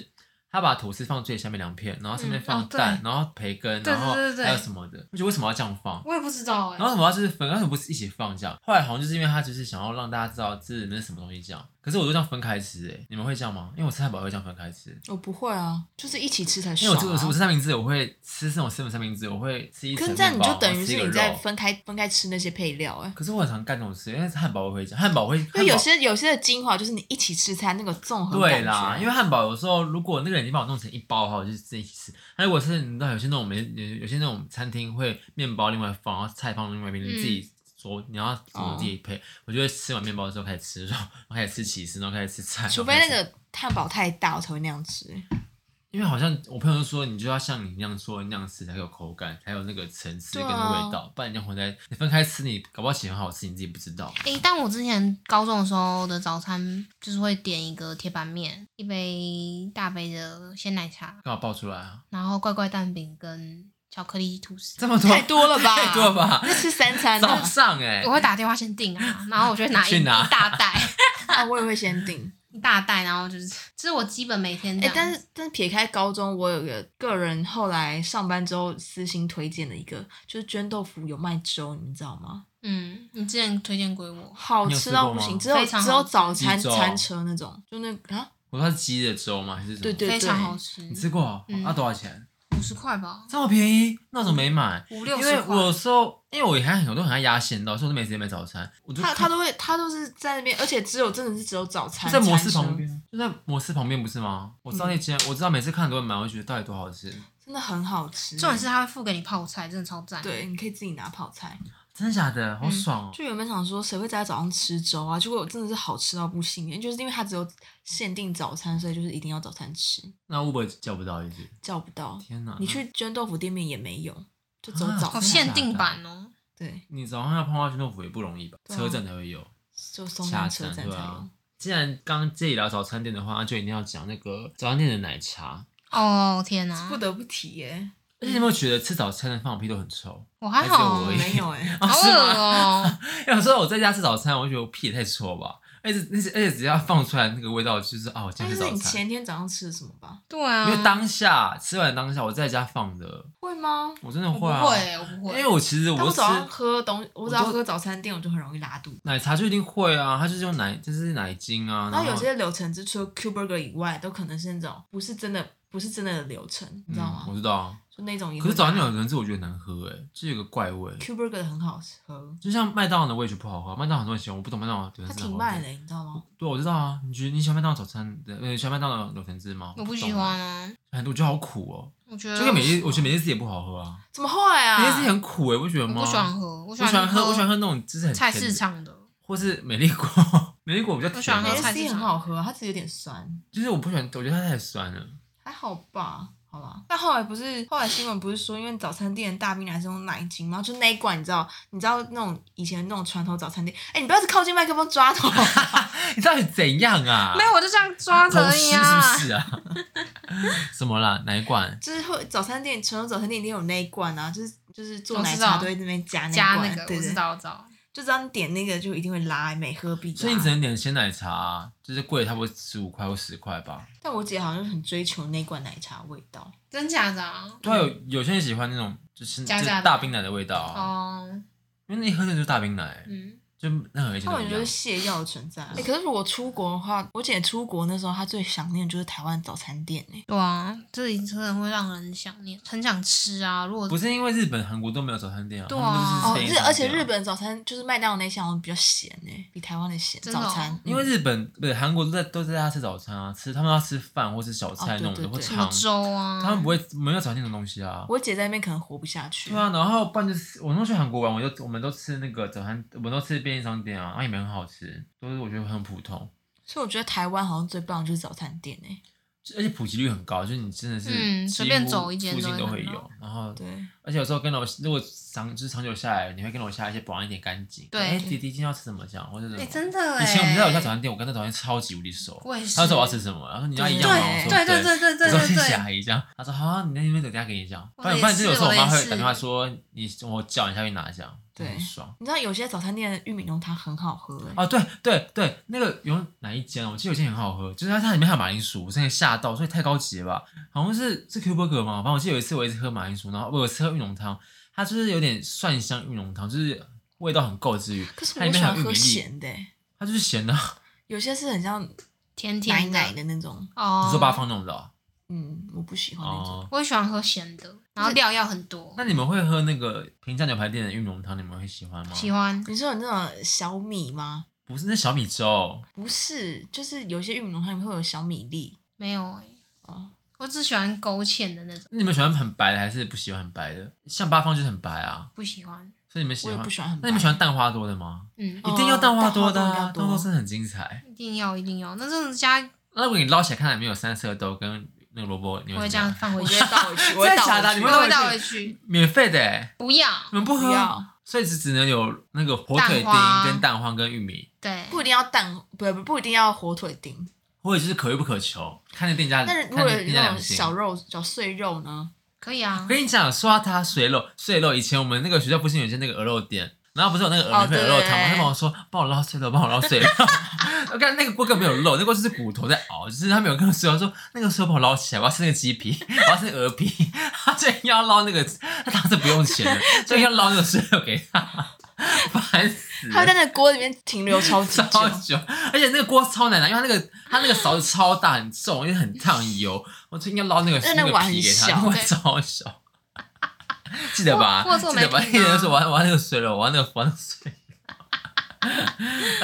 C: 他把吐司放最下面两片，然后上面
B: 嗯
C: 放
B: 哦
C: 蛋，然后培根，然后
B: 对对对对
C: 还有什么的，而且为什么要这样放？
B: 我也不知道哎、
C: 然后什么要就是粉，为什么不是一起放这样？后来好像就是因为他就是想要让大家知道这里面是什么东西这样，可是我都这样分开吃、欸，哎，你们会这样吗？因为我吃汉堡会这样分开吃，
A: 我不会啊，就是一起吃才
C: 因
A: 爽、
C: 为
A: 啊。
C: 我吃我吃我吃三明治，我会吃这种四份三明治，我会吃一
A: 可是
C: 层面
A: 这样你
C: 包
A: 就等于是你在。
C: 然后吃一个肉
A: 分开分开吃那些配料 哎、
C: 可是我很常干这种事，因为汉堡我会这样，汉堡会因
A: 因为有些有些的精华就是你一起吃才那个综合
C: 对
A: 感
C: 啦，
A: 觉
C: 因为汉堡有时候如果那个人已经帮我弄成一包的话，我就自己吃。那如果是你知道有些那种没有有些那种餐厅会面包另外放，然后菜放另外一边，你
B: 嗯
C: 自己做，你要怎么
A: 哦
C: 自己配？我就会吃完面包之后开始吃肉，然后开始吃起司，然后开始吃菜。
A: 除
C: 然
A: 非
C: 后
A: 那
C: 开始
A: 个汉堡太大，我才会那样 吃。
C: 因为好像我朋友就说，你就要像你那样说那样吃才有口感，才有那个层次
A: 对
C: 跟
A: 啊
C: 那个味道，不然你要混在你分开吃，你搞不好其实很好吃，你自己不知道。
B: 诶、但我之前高中的时候的早餐就是会点一个铁板面，一杯大杯的鲜奶茶，
C: 刚好爆出来啊，
B: 然后怪怪蛋饼跟巧克力吐司。
C: 这么多
A: 太多了吧？
C: 太多了吧？
A: 那吃三餐啊呢
C: 早上哎、
B: 我会打电话先订啊，然后我就会拿一
C: 去拿
B: 一大袋，
A: 啊，我也会先订。
B: 一大袋，然后就是，这是我基本每天这
A: 哎、
B: 样。
A: 但是但是撇开高中，我有个个人后来上班之后私心推荐的一个，就是绢豆腐有卖粥，你们知道吗？
B: 嗯，你之前推荐给我，
A: 好
C: 你有
A: 吃
C: 吃
A: 到
C: 过
A: 不
C: 吗
A: 行，只有
B: 非常好
A: 只有
B: 吃
A: 早餐
C: 鸡粥
A: 餐车那种，就那啊，
C: 我说它是鸡的粥吗？还是什么？
A: 对对
B: 非常好吃，
C: 你吃过哦？那、
B: 嗯
C: 多少钱？
B: 五十块吧，
C: 这么便宜，那我怎么没买？
B: 五
C: 因
B: 六
C: 为
B: 十
C: 我有
B: 块。
C: 时候，因为我还很我都很爱压线到，所以我都没时间买早餐。我就
A: 他他都会他都是在那边，而且只有真的是只有早餐
C: 在摩
A: 餐
C: 斯
A: 车嗯
C: 旁，边，就在摩斯旁边不是吗？我知道那间，我知道每次看很多人买，我就觉得到底多好吃，
A: 真的很好吃。
B: 重点是他会付给你泡菜，真的超赞。，
A: 对，你可以自己拿泡菜。
C: 真的假的？好爽哦！
A: 就原本想说谁会在早上吃粥啊，结果我真的是好吃到不行，因为就是因为它只有限定早餐，所以就是一定要早餐吃，
C: 那 Uber 叫不到一直，
A: 叫不到。
C: 天哪！
A: 你去捐豆腐店面也没有，就走
C: 嗯啊
A: 早
B: 好
A: 餐。
C: 像
B: 限定版哦。
A: 对，
C: 你早上要碰到熏豆腐也不容易吧？
A: 对啊
C: 车站才会有。
A: 就松山车
C: 下
A: 站
C: 山
A: 才
C: 对
A: 有
C: 啊。既然刚刚这里聊早餐店的话，那就一定要讲那个早餐店的奶茶。
B: 哦天哪，
A: 不得不提耶，
C: 而且你有没有觉得吃早餐的放屁都很臭？
B: 我还
C: 还
B: 好
C: 是我而，已
A: 没有 哎，
B: 好
C: 是
B: 恶
C: 吗
B: 哦。
C: 有时候我在家吃早餐，我就觉得我屁也太臭了吧，而且而且而且只要放出来那个味道，就是啊，我今
A: 哎那就
C: 天吃
A: 是
C: 早
A: 你
C: 餐。
A: 前天早上吃的什么吧？
B: 对啊，
C: 因为当下吃完当下，我在家放的，
A: 会吗？
C: 我真的
B: 我不
C: 会啊，
B: 会，我哦不
C: 因
B: 会
C: 为。我其实
A: 但
C: 我
A: 我
C: 吃
A: 早上喝东，我只要
C: 我都
A: 喝早餐店，我就很容易拉肚。
C: 奶茶就一定会啊，它就是用奶，就是奶精啊，
A: 然
C: 然
A: 后有些流程之除了 Q Burger 以外，都可能是那种不是真的不是真的的流程，你知道
C: 嗯，我
A: 吗？
C: 知道啊。
A: 就那种也会
C: 可是早餐有人是我觉得难喝哎、欸，就有个怪味，
A: Q Burger 很好喝，
C: 就像麦当劳的我也觉得不好喝，麦当劳很多人喜欢，我不懂麦当劳有
A: 它
C: 人是
A: 挺
C: 好喝
A: 慢的，你知道吗？
C: 对，我知道啊。你觉得你喜欢麦当劳早餐的，呃，喜欢麦当劳柳橙汁吗？
B: 我不喜
C: 懂啊
B: 欢。啊，
C: 很多我觉得好苦哦，
B: 我
A: 啊
B: 觉得
C: 就跟美丽，我觉得美丽汁也不好喝啊。
A: 怎么会啊？
C: 美丽汁很苦哎，不觉得
B: 我
C: 吗？
B: 不喜欢，喝，我
C: 我
B: 喜
C: 喜欢
B: 欢
C: 喝，我喜欢喝那种就是很
B: 菜
C: 甜
B: 市
C: 的，
B: 场的，
C: 或是美丽果，美丽果比较
B: 我喜欢
C: 甜
B: 喝
A: 美
C: 啊，
B: 菜
A: 式
B: 市
A: 也
B: 场
A: 很好喝，它只是有点酸，
C: 就是我不喜欢，我觉得它太酸了。
A: 还好吧。好吧，但后来不是后来新闻不是说，因为早餐店的大冰奶是用奶精吗？就那一罐，你知道，你知道那种以前那种传统早餐店，哎、你不要只靠近麦克风抓头，
C: 你到底怎样啊？
B: 没有，我就这样抓着
C: 偷
B: 而
C: 吃
B: 已
C: 是
B: 啊。
C: 不是啊？ 什么啦？哪一罐？
A: 就是会早餐店传统早餐店一定有那一罐啊，就是就是做奶
B: 我知道
A: 茶都会那边加那一
B: 加
A: 罐，
B: 那个，
A: 对
B: 我
A: 对
B: 知，道，我知道。
A: 就只要你点那个就一定会拉，每喝必拉。
C: 所以你只能点鲜奶茶啊，就是贵差不多十五块或十块吧。
A: 但我姐好像很追求那罐奶茶味道，
B: 真假的啊？
C: 对啊，有有些人喜欢那种就是
B: 加
C: 就是
B: 价的
C: 大冰奶的味道啊，
B: 哦，
C: 因为那一喝的就是大冰奶。
B: 嗯，
C: 就任何一件
A: 她
C: 都
A: 完
C: 一
A: 全就
C: 样
A: 是。泻药的存在、啊啊欸可是如果出国的话，我姐出国那时候她最想念就是台湾早餐店哎、
B: 对啊，这里真的会让人想念，很想吃啊。如果
C: 不是因为日本、韩国都没有早餐店啊，
B: 对啊
C: 他
A: 哦，
C: 们
A: 日
C: 都是便利商店啊
A: 而且日，本早餐就是麦当劳那项比较咸哎、比台湾的嗯咸
B: 真的哦
A: 早餐，
C: 因为日本不是韩国都在都在家吃早餐啊，吃他们要吃饭或是小菜
A: 哦对
C: 那种的
A: 对
C: 或
A: 对
B: 什么
C: 汤，
B: 粥啊，
C: 他们不会没有早餐那种东西啊。
A: 我姐在那边可能活不下去。
C: 对啊，然后不然就是我那时候去韩国玩，我就我们都吃那个早餐，我们都吃便利商店啊，然后也没很好吃，都是我觉得很普通，
A: 所以我觉得台湾好像最棒的就是早餐店哎、
C: 而且普及率很高，就是你真的是
B: 嗯
C: 几乎
B: 随便走一间
C: 附近
B: 都
C: 都
B: 会
C: 会
B: 看到
C: 有，然后
A: 对，
C: 而且有时候跟楼如果长就是长久下来，你会跟楼下一些保安一点干净，
B: 对
C: 哎弟弟今天要吃什么这样，或者什
B: 哎、
C: 么。
B: 真的哎、
C: 以前我们在有家早餐店，我跟那早餐店超级无敌熟。
B: 我也是。
C: 他说我要吃什么，然后你要一样吗？我
A: 对
C: 说
B: 对对对对对
C: 我说
B: 对
C: 你
B: 对
C: 阿姨这样。他说好啊，你那边等一下给你讲。不
B: 我的
C: 然
B: 也
C: 不然，就有时候我妈
B: 是我的也
C: 会
B: 是
C: 打电话说你我叫你下去拿这样，
A: 对
C: 很爽。
A: 你知道有些早餐店的玉米浓汤很好喝哎、
C: 哦，对对对，那个有哪一间啊？我记得有一间很好喝，就是它它里面还有马铃薯，我真的吓到，所以太高级了吧？好像是是 Q Burger 嘛，反正我记得有一次我一直喝马铃薯，然后我有吃喝玉浓汤，它就是有点蒜香玉浓汤，就是味道很够之余，
A: 可是
C: 它
A: 我
C: 里
A: 喜
C: 面还
A: 欢
C: 有玉
A: 喝
C: 米粒，
A: 咸的、哎
C: 它就是咸的啊，
A: 有些是很像
B: 甜
A: 奶
B: 甜的
A: 奶的那种，
B: 哦。
C: 你说把它放那种的哦、
A: 嗯，我不喜欢那种。
C: 哦。
B: 我也喜欢喝咸的，然后料要很多，
C: 那你们会喝那个平价牛排店的玉米浓汤？你们会喜欢吗？
B: 喜欢
A: 你说有那种小米吗？
C: 不是那小米粥，
A: 不是，就是有些玉米浓汤里面会有小米粒
B: 没有、欸？
A: 哦。
B: 我只喜欢勾芡的那种，
C: 那你们喜欢很白的还是不喜欢很白的？像八方就是很白啊，
B: 不喜欢。
C: 所以你们喜
A: 我也
C: 欢
A: 不。喜欢很白。
C: 那你们喜欢蛋花多的吗？
B: 嗯，
A: 哦
C: 一定要蛋花多的、
A: 蛋花
C: 啊，
A: 多
C: 蛋花多真的很精彩。
B: 一定要一定要。那这种加
C: 那如果你捞起来看到里面有三色豆跟那个萝卜，你
B: 我
C: 会
B: 会这
C: 怎
B: 样
C: 样？
B: 放回
A: 我
B: 去
A: 觉，得倒回 去，我会
C: 真的
A: 倒
C: 假的
A: 回去
C: 你
B: 我
C: 们
B: 会
C: 会
B: 倒
C: 倒
B: 回
C: 回
B: 去，
C: 免费的、欸，
B: 不要。
C: 你们不喝
A: 不？要，
C: 所以只只能有那个火腿
B: 蛋花
C: 丁跟蛋黄跟玉米，
B: 对，
A: 不一定要蛋，不不不一定要火腿丁。
C: 或者就是可遇不可求，看那店家，
A: 但是
C: 看
A: 如果
C: 那
A: 有
C: 店
A: 那
C: 家
A: 种
C: 良心。
A: 小肉、小碎肉呢？
B: 可以啊
C: 我。跟你讲，说到它碎肉，碎肉以前我们那个学校附近有一间那个鹅肉店，然后不是有那个鹅
A: 哦
C: 免费鹅肉汤吗？
A: 对
C: 他跟我说帮我捞碎肉，帮我捞碎肉。 我看那个锅根本没有肉，那锅就是骨头在熬，就是他没有跟我说，他说那个时候帮我捞起来，我要吃那个鸡皮，我要吃鹅皮，他居然要捞那个，他当时不用钱的，居然要捞那个碎肉给他， 烦死
A: 它会
C: 了
A: 在。那锅里面停留超级久。
C: 超久，而且那个锅超难拿，因为它那个它那个勺子超大很重，因为很烫油，我就应该捞那个
A: 但那
C: 那个
A: 碗
C: 皮
A: 很
C: 给他，
A: 小
C: 那碗
B: 对
C: 超小，记得吧？
B: 我我做
C: 记得吧？
B: 没
C: 一
B: 听啊
C: 人说玩玩那个水了，玩那个玩那个水肉，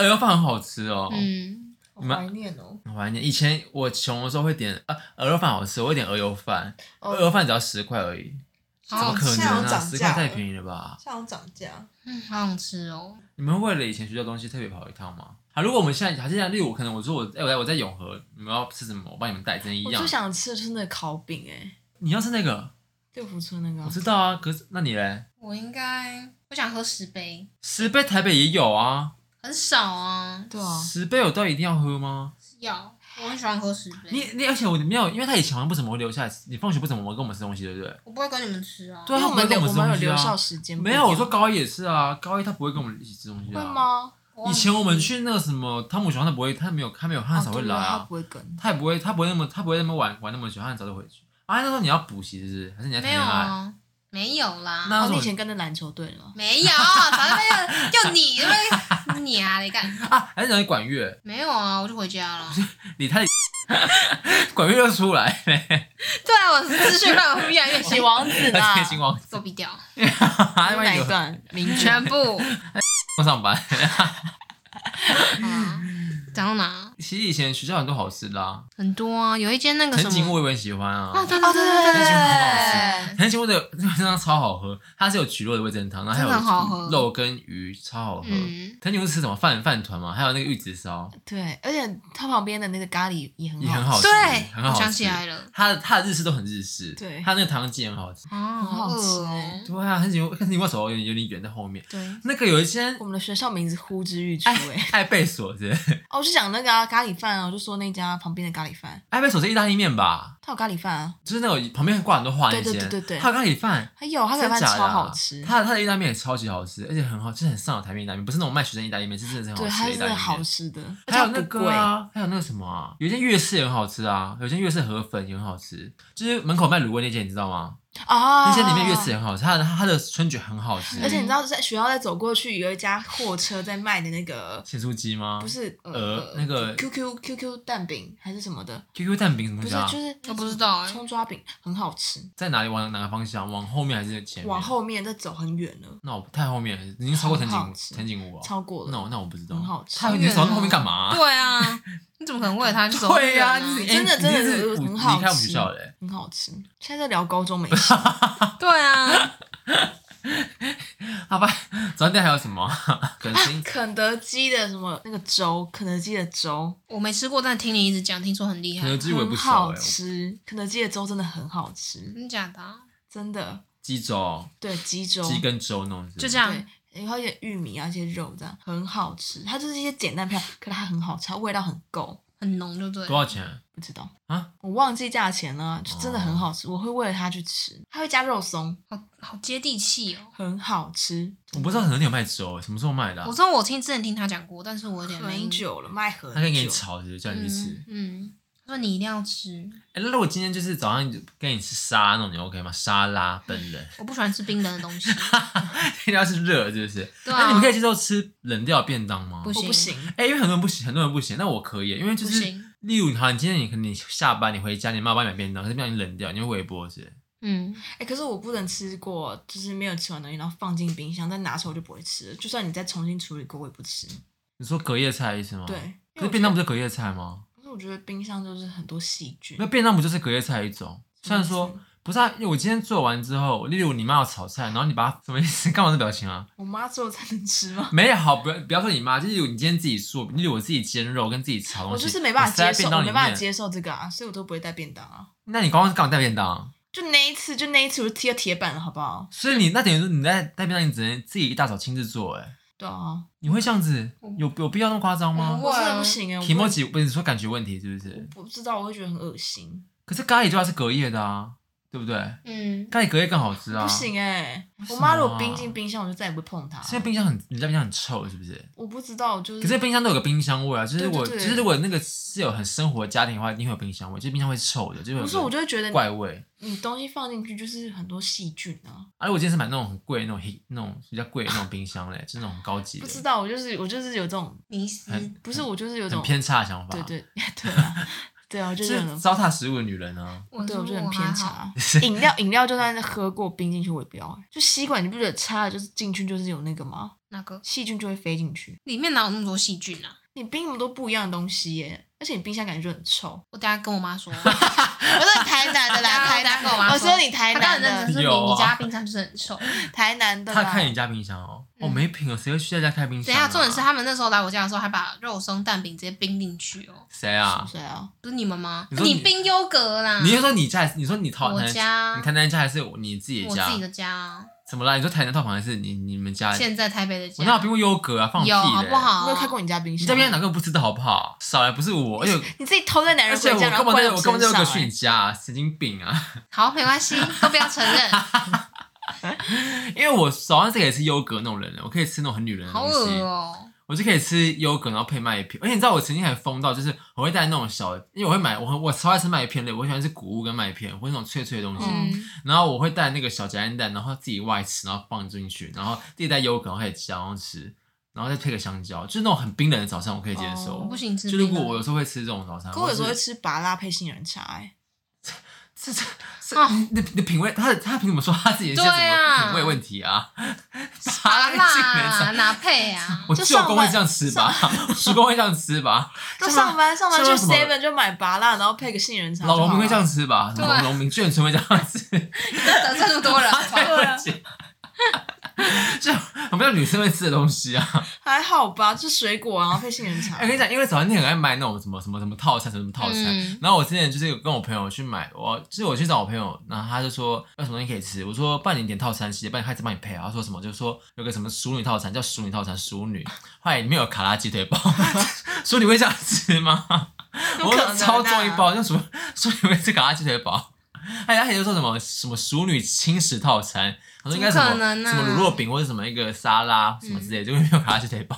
C: 鹅肉饭很好吃哦。
B: 嗯，
A: 好怀念哦。
C: 我怀念以前我穷的时候会点啊，鹅肉饭好吃，我会点鹅油饭，
A: 哦
C: 鹅油饭只要十块而已， 怎么
B: 好
C: 可能
A: 现在有
C: 啊？
A: 涨
C: 十块
A: 价
C: 太
A: 了
C: 便宜了吧？
A: 像涨价，
B: 嗯，好想吃哦。
C: 你们会为了以前学校东西特别跑一趟吗？好，如果我们现在，好，现在例如我可能我说我哎、我在我在永和，你们要吃什么？我帮你们带，真一
A: 我
C: 样
A: 最。想吃的就是那个烤饼哎、
C: 你要吃那个，
A: 六福村那个
C: 我
A: 啊。
C: 知道啊。可是那你嘞？
B: 我应该，我想喝十杯，
C: 十杯台北也有啊，
B: 很少啊。
A: 对啊，
C: 十杯有到一定要喝吗？
B: 要，我很喜欢喝十
C: 你
B: 杯。
C: 你而且我没有，因为他以前好像不怎么会留下来，你放学不怎么跟我们吃东西，对不对？
B: 我不会跟你们吃啊。
C: 对啊
A: 因为我们
C: 他
A: 留
C: 不会跟我
A: 我
C: 们
A: 们有
C: 吃东西
A: 留
C: 啊
A: 校时间。
C: 没有，我说高一也是啊，高一他不会跟我们一起吃东西
A: 嗯会
C: 啊。
A: 吗？
B: 我忘
C: 以
B: 记
C: 前我们去那个什么汤姆熊，他不会，他没有，他没有，他很少
A: 哦
C: 会
A: 对
C: 来
A: 他
C: 啊，
A: 不会跟。
C: 他也不会，他不会那么，他不会那么晚玩那么久，他很早就回去。啊，那时候你要补习是不是？还是你在谈
B: 没有
C: 恋爱？
B: 啊，没有啦。
C: 那
A: 哦，
C: 时
A: 你
C: 候
A: 以前跟着篮球队了？
B: 没有，早就被就你，因为你啊，你干
C: 啊，还是讲管乐，
B: 没有啊？我就回家了。
C: 你 太管乐又出来了，
B: 对啊，我资讯量越来越
A: 喜
B: 小，
A: 王子啦，
C: 天星王
B: 作弊掉，
C: 啊，
A: 是
C: 因
A: 哪
C: 为有
A: 一段？名
B: 全部。
C: 上班。
B: 啊，讲到哪？
C: 其实以前学校很多好吃的啊，
B: 很多啊，有一间那个什
C: 藤井
B: 么，
C: 我也很喜欢
B: 哦，
C: 啊。
B: 对对对对
C: 藤井屋很
B: 对
C: 好
B: 对，
C: 藤井屋的味噌汤超好喝，它是有曲肉的味噌汤，然后
B: 真的好
C: 还
B: 喝
C: 有肉跟鱼，超好喝。
B: 嗯，
C: 藤井屋是什么饭饭团嘛？还有那个玉子烧
A: 对，而且它旁边的那个咖喱也很
C: 也很好吃，
B: 对，
C: 很好
B: 我
C: 吃。
B: 想起来了，
C: 它的它的日式都很日式，
A: 对
C: 它那个糖记也很好吃。
B: 啊，
A: 很好
B: 饿
A: 吃
B: 哦
A: 欸，
C: 对啊，藤井屋藤井屋手有点有点远在后面，
A: 对，
C: 那个有一间
A: 我们的学校名字呼之欲出
C: 爱
B: 欸
A: 哎。
C: 爱贝索是不是。
A: 哦，我就讲那个啊，咖喱饭啊，我就说那家旁边的咖喱饭，
C: 爱贝手是意大利面吧？
A: 它有咖喱饭啊，
C: 就是那种旁边挂很多画那
A: 对
C: 间，
A: 对对对对
C: 还有咖喱饭，
A: 还有它咖喱饭
C: 真假的
A: 超
C: 啊
A: 好吃，
C: 它的它的意大利面也超级好吃，而且很好，就是很上有台面意大利面，不是那种卖学生意大利面，是真的是很好
A: 对，
C: 吃
A: 它
C: 的
A: 是
C: 意
A: 真
C: 大利
A: 的好
C: 面。
A: 吃的，而
C: 还
A: 且
C: 有
A: 它
C: 那
A: 不
C: 个
A: 贵。
C: 啊，还有那个什么啊，有一间粤式也很好吃啊，有一间粤式河粉也很好吃，就是门口卖卤味那间，你知道吗？
A: 啊，
C: 那间里面粤式也很好吃，它的它的春卷很好吃
A: 而，且你知道，在学校再走过去有一家货车在卖的那个，
C: 咸酥鸡吗？
A: 不是
C: 呃那个
A: QQ QQ 蛋饼还是什么的，
C: QQ 蛋饼什么
A: 不
C: 东
A: 是
C: 西啊？
A: 就是
B: 我不知道哎
A: 葱抓饼很好吃，
C: 在哪里往哪个方向？往后面还是前面？
A: 往。后面再走很远了，
C: 那我太后面了，已经超过藤
A: 很好
C: 井
A: 吃
C: 藤井屋啊。
A: 超过
C: 那
A: 了。
C: 我那我不知道，
A: 很好吃
C: 他你走到后面干嘛、
B: 对啊，你怎么可能为 了他就走那么
C: 对
B: 远
C: 呀、
B: 啊？
C: 你
A: 真的
C: 哎
A: 真的
C: 你这
A: 是
C: 我
A: 很好
C: 离开我们
A: 吃
C: 学校嘞、
A: 很好吃，现在在聊高中美 食，
B: 对啊，
C: 好吧，早餐店还有 什么？肯 辛
A: 肯德基的什么那个粥，肯德基的粥
B: 我没吃过，但听你一直讲，听说很厉害
C: 肯，德基我也不
A: 很
C: 熟哎、
A: 好吃，肯德基的粥真的很好吃，
B: 真的假的啊？
A: 真的，
C: 鸡粥、
A: 对鸡粥，
C: 鸡跟粥那种，
B: 就这
C: 样。
B: 样
A: 对，然后一些玉米啊，一些肉这样很好吃。它就是一些简单配料，可它很好吃，它味道很够。
B: 很浓，就对了。
C: 多少钱
A: 不知道
C: 啊？哦
A: 我忘记价钱了，就真的很好吃，我会为了它去吃。它会加肉松，
B: 好好接地气哦。
A: 很好吃，
C: 我不知道可能有卖粥、什么时候卖的、啊
B: 我？知道我听之前听他讲过，但是我有点没嗯
A: 很久了，卖很
C: 他可以给你
A: 久。
C: 炒，就是叫你去吃。
B: 嗯，嗯，他说你一定要吃，
C: 哎、那如果今天就是早上跟你吃沙拉那种，你 OK 吗？沙拉本人，
B: 我不喜欢吃冰冷的东西。
C: 一定要是热的，是不是？哎
B: 对
C: 那你们
B: 啊
C: 可，以接受吃冷掉的便当吗？
B: 不
A: 我不行，
B: 嗯
C: 哎、因为很多人不行，很多人不行。那我可以，因为就
B: 不
C: 是
B: 行，
C: 例如，好，你今天你可能你下班你回家，你妈帮你买便当，可是便当已经冷掉，你会微波是不是？
B: 嗯，
A: 哎、可是我不能吃过，就是没有吃完的东西，然后放进冰箱，再拿出来我就不会吃了。就算你再重新处理过，我也不吃。
C: 你说隔夜菜的意思吗？
A: 对。，因
C: 哦
A: 为
C: 可是
A: 我
C: 便当不
A: 觉
C: 是隔夜菜吗？
A: 得可是我觉得冰箱就是很多细菌
C: 那。便当不就是隔夜菜一种？虽然说不是啊，因为我今天做完之后，例如你妈要炒菜，然后你把它什么意思？ 干嘛这表情啊？
A: 我妈做才能吃吗？
C: 没有好，不要不要说你妈，就是你今天自己做，例如我自己煎肉跟自己 炒东
A: 我
C: 西，
A: 就是没办法
C: 我塞在
A: 接受，
C: 便当
A: 我
C: 里
A: 没办法
C: 面。
A: 接受这个啊，所以我都不会带便当啊。
C: 那你刚刚干嘛带便当？啊
A: 就那一次，就那一次，我就踢到铁板了，好不好？
C: 所以你那等于说你在带便当，你只能自己一大早亲自做、哎，
A: 对啊，
C: 你会这样子？有有必要那么夸张吗
B: 不会
A: 我真的
B: 啊
A: 不行哎、
C: 题目
A: 我
C: 几不是说感觉问题是不是？
A: 不我不知道，我会觉得很恶心，
C: 可是咖喱就要是隔夜的啊，对不对？
B: 嗯，
C: 咖喱隔夜更好吃啊。
A: 不，行哎、
C: 为什
A: 我
C: 么啊
A: 妈如果冰进冰箱，我就再也不会碰它。
C: 现在冰箱很，你家冰箱很臭是不是？
A: 我不知道，我就是
C: 可是冰箱都有个冰箱味啊，就是
A: 对
C: 我，
A: 对对
C: 就是如果那个是有很生活的家庭的话，一定会有冰箱味，就是冰箱会臭的，就会有
A: 不是，我
C: 个
A: 就会觉得
C: 怪味。
A: 你东西放进去就是很多细菌啊，
C: 而、啊、我今天是买那种很贵的那种黑那种比较贵的那种冰箱嘞，就是那种很高级
A: 不
C: 的，
A: 知道，我就是我就是有这种，
B: 迷思，
C: 很
A: 不是我就是有这
C: 很
A: 种，
C: 偏差的想法。
A: 对， 对对啊，对啊，我就
C: 就是
A: 有
C: 是
A: 种，
C: 糟蹋食物的女人啊。
B: 我
A: 对，我就
B: 觉得
A: 很
B: 我
A: 偏
B: 还好。
A: 差。饮料饮料就算是喝过冰进去我也不要、欸，就吸管你不觉得插了就是进去就是有那个吗？
B: 那个
A: 细菌就会飞进去。
B: 里面哪有那么多细菌啊？
A: 你冰那么多不一样的东西耶、而且你冰箱感觉就很臭。
B: 我等下跟我妈 说，我说你台南的 啦，台南跟我妈
A: 我
B: 说
A: 说，你台
B: 她刚
A: 南
B: 很认
A: 的
B: 真，说
C: 有啊
B: 你你家冰箱就是 很臭。
A: 台南的
C: 她
A: 啦。
C: 看你家冰箱哦，哦没品哦，谁会去她家开冰
B: 等
C: 箱、
B: 一
C: 啊？
B: 下，重点是他们那时候来我家的时候，还把肉松蛋饼直接冰进去哦，
C: 谁啊？
A: 谁啊？
B: 不是你们吗？
C: 你说你
B: 冰优格啦，
C: 你是说你家还是？你说你套
B: 我
C: 台南
B: 家
C: 你台南家还是你自己
B: 我
C: 家？
B: 自己的家啊，
C: 怎么啦？你说台南套房还是你你们家？
B: 现在台北的
C: 我哪有
B: 家
C: 冰过优格啊？放屁
B: 有
C: 嘞！
B: 好不？好？
A: 我有开过你家冰
C: 你
A: 箱。啊
C: 这边哪个不知道好不好？少来不是我，而且
A: 你自己偷在男
C: 而
A: 人
C: 且
A: 回
C: 我
A: 家，然后
C: 根本
A: 怪
C: 就
A: 我
C: 我根本就有
A: 身
C: 个
A: 上
C: 去你
A: 欸
C: 家啊，神经病啊！
B: 好，没关系，都不要承认，
C: 因为我早上是可以吃优格那种人的，我可以吃那种很女人的
B: 好
C: 东
B: 恶
C: 西，
B: 哦。
C: 我就可以吃优格，然后配麦片。而且你知道我曾经还疯到，就是我会带那种小，因为我会买，我很我超爱吃麦片类，我喜欢吃谷物跟麦片，或者那种脆脆的东西。
B: 嗯，
C: 然后我会带那个小夹心蛋，然后自己外吃，然后放进去，然后自己带优格，然后开始加，然后吃，然后再配个香蕉，就是那种很冰冷的早餐，我可以接受。
B: 我
A: 哦
B: 不行吃
C: 就
B: 冰的。
C: 如果我有时候会吃这种早餐，
A: 可我有时候
C: 或
A: 会
C: 是
A: 吃拔辣配杏仁茶、欸，
C: 这这这
B: 啊
C: 你你你品味，他他凭什么说他自己是什
B: 对啊
C: 么品味问题啊？
B: 麻
C: 啥
B: 辣哪配啊？
C: 我
A: 就
C: 舅公
A: 上
C: 会
A: 班
C: 这样吃吧， 叔公会这样 吃吧，
A: 就上班上班去
C: 上班什么
A: Seven 就买拔辣，然后配个杏仁茶就好
C: 老
A: 了。
C: 农民会这样吃吧，
B: 对啊
C: 老农民眷村会这样吃，
B: 得罪那么
A: 啊
B: 多人，
C: 啊就 我们叫女生会吃的东西啊。
A: 还好吧？就水果啊，然后配杏仁茶
C: 哎我。跟你讲，因为早餐店很爱卖那种什么什么什么套餐，什么什么套餐。
B: 嗯
C: 然后我之前就是有跟我朋友去买，我就是我去找我朋友，然后他就说有什么东西可以吃，我说半年点套餐系列，半年开始帮你配啊。他说什么就是说有个什么熟女套餐，叫熟女套餐，熟女， 后来里面有卡拉鸡腿堡，
B: 啊
C: 熟女会这样吃吗？
A: 不
C: 我
A: 可能啊
C: 说超重一包，像什么熟女会吃卡拉鸡腿堡。哎，他也就说什么什么熟女轻食套餐，我说应该什
B: 怎
C: 么、
B: 么可能啊
C: 什么卤肉饼或者什么一个沙拉什么之类的，结果没有卡拉鸡腿堡，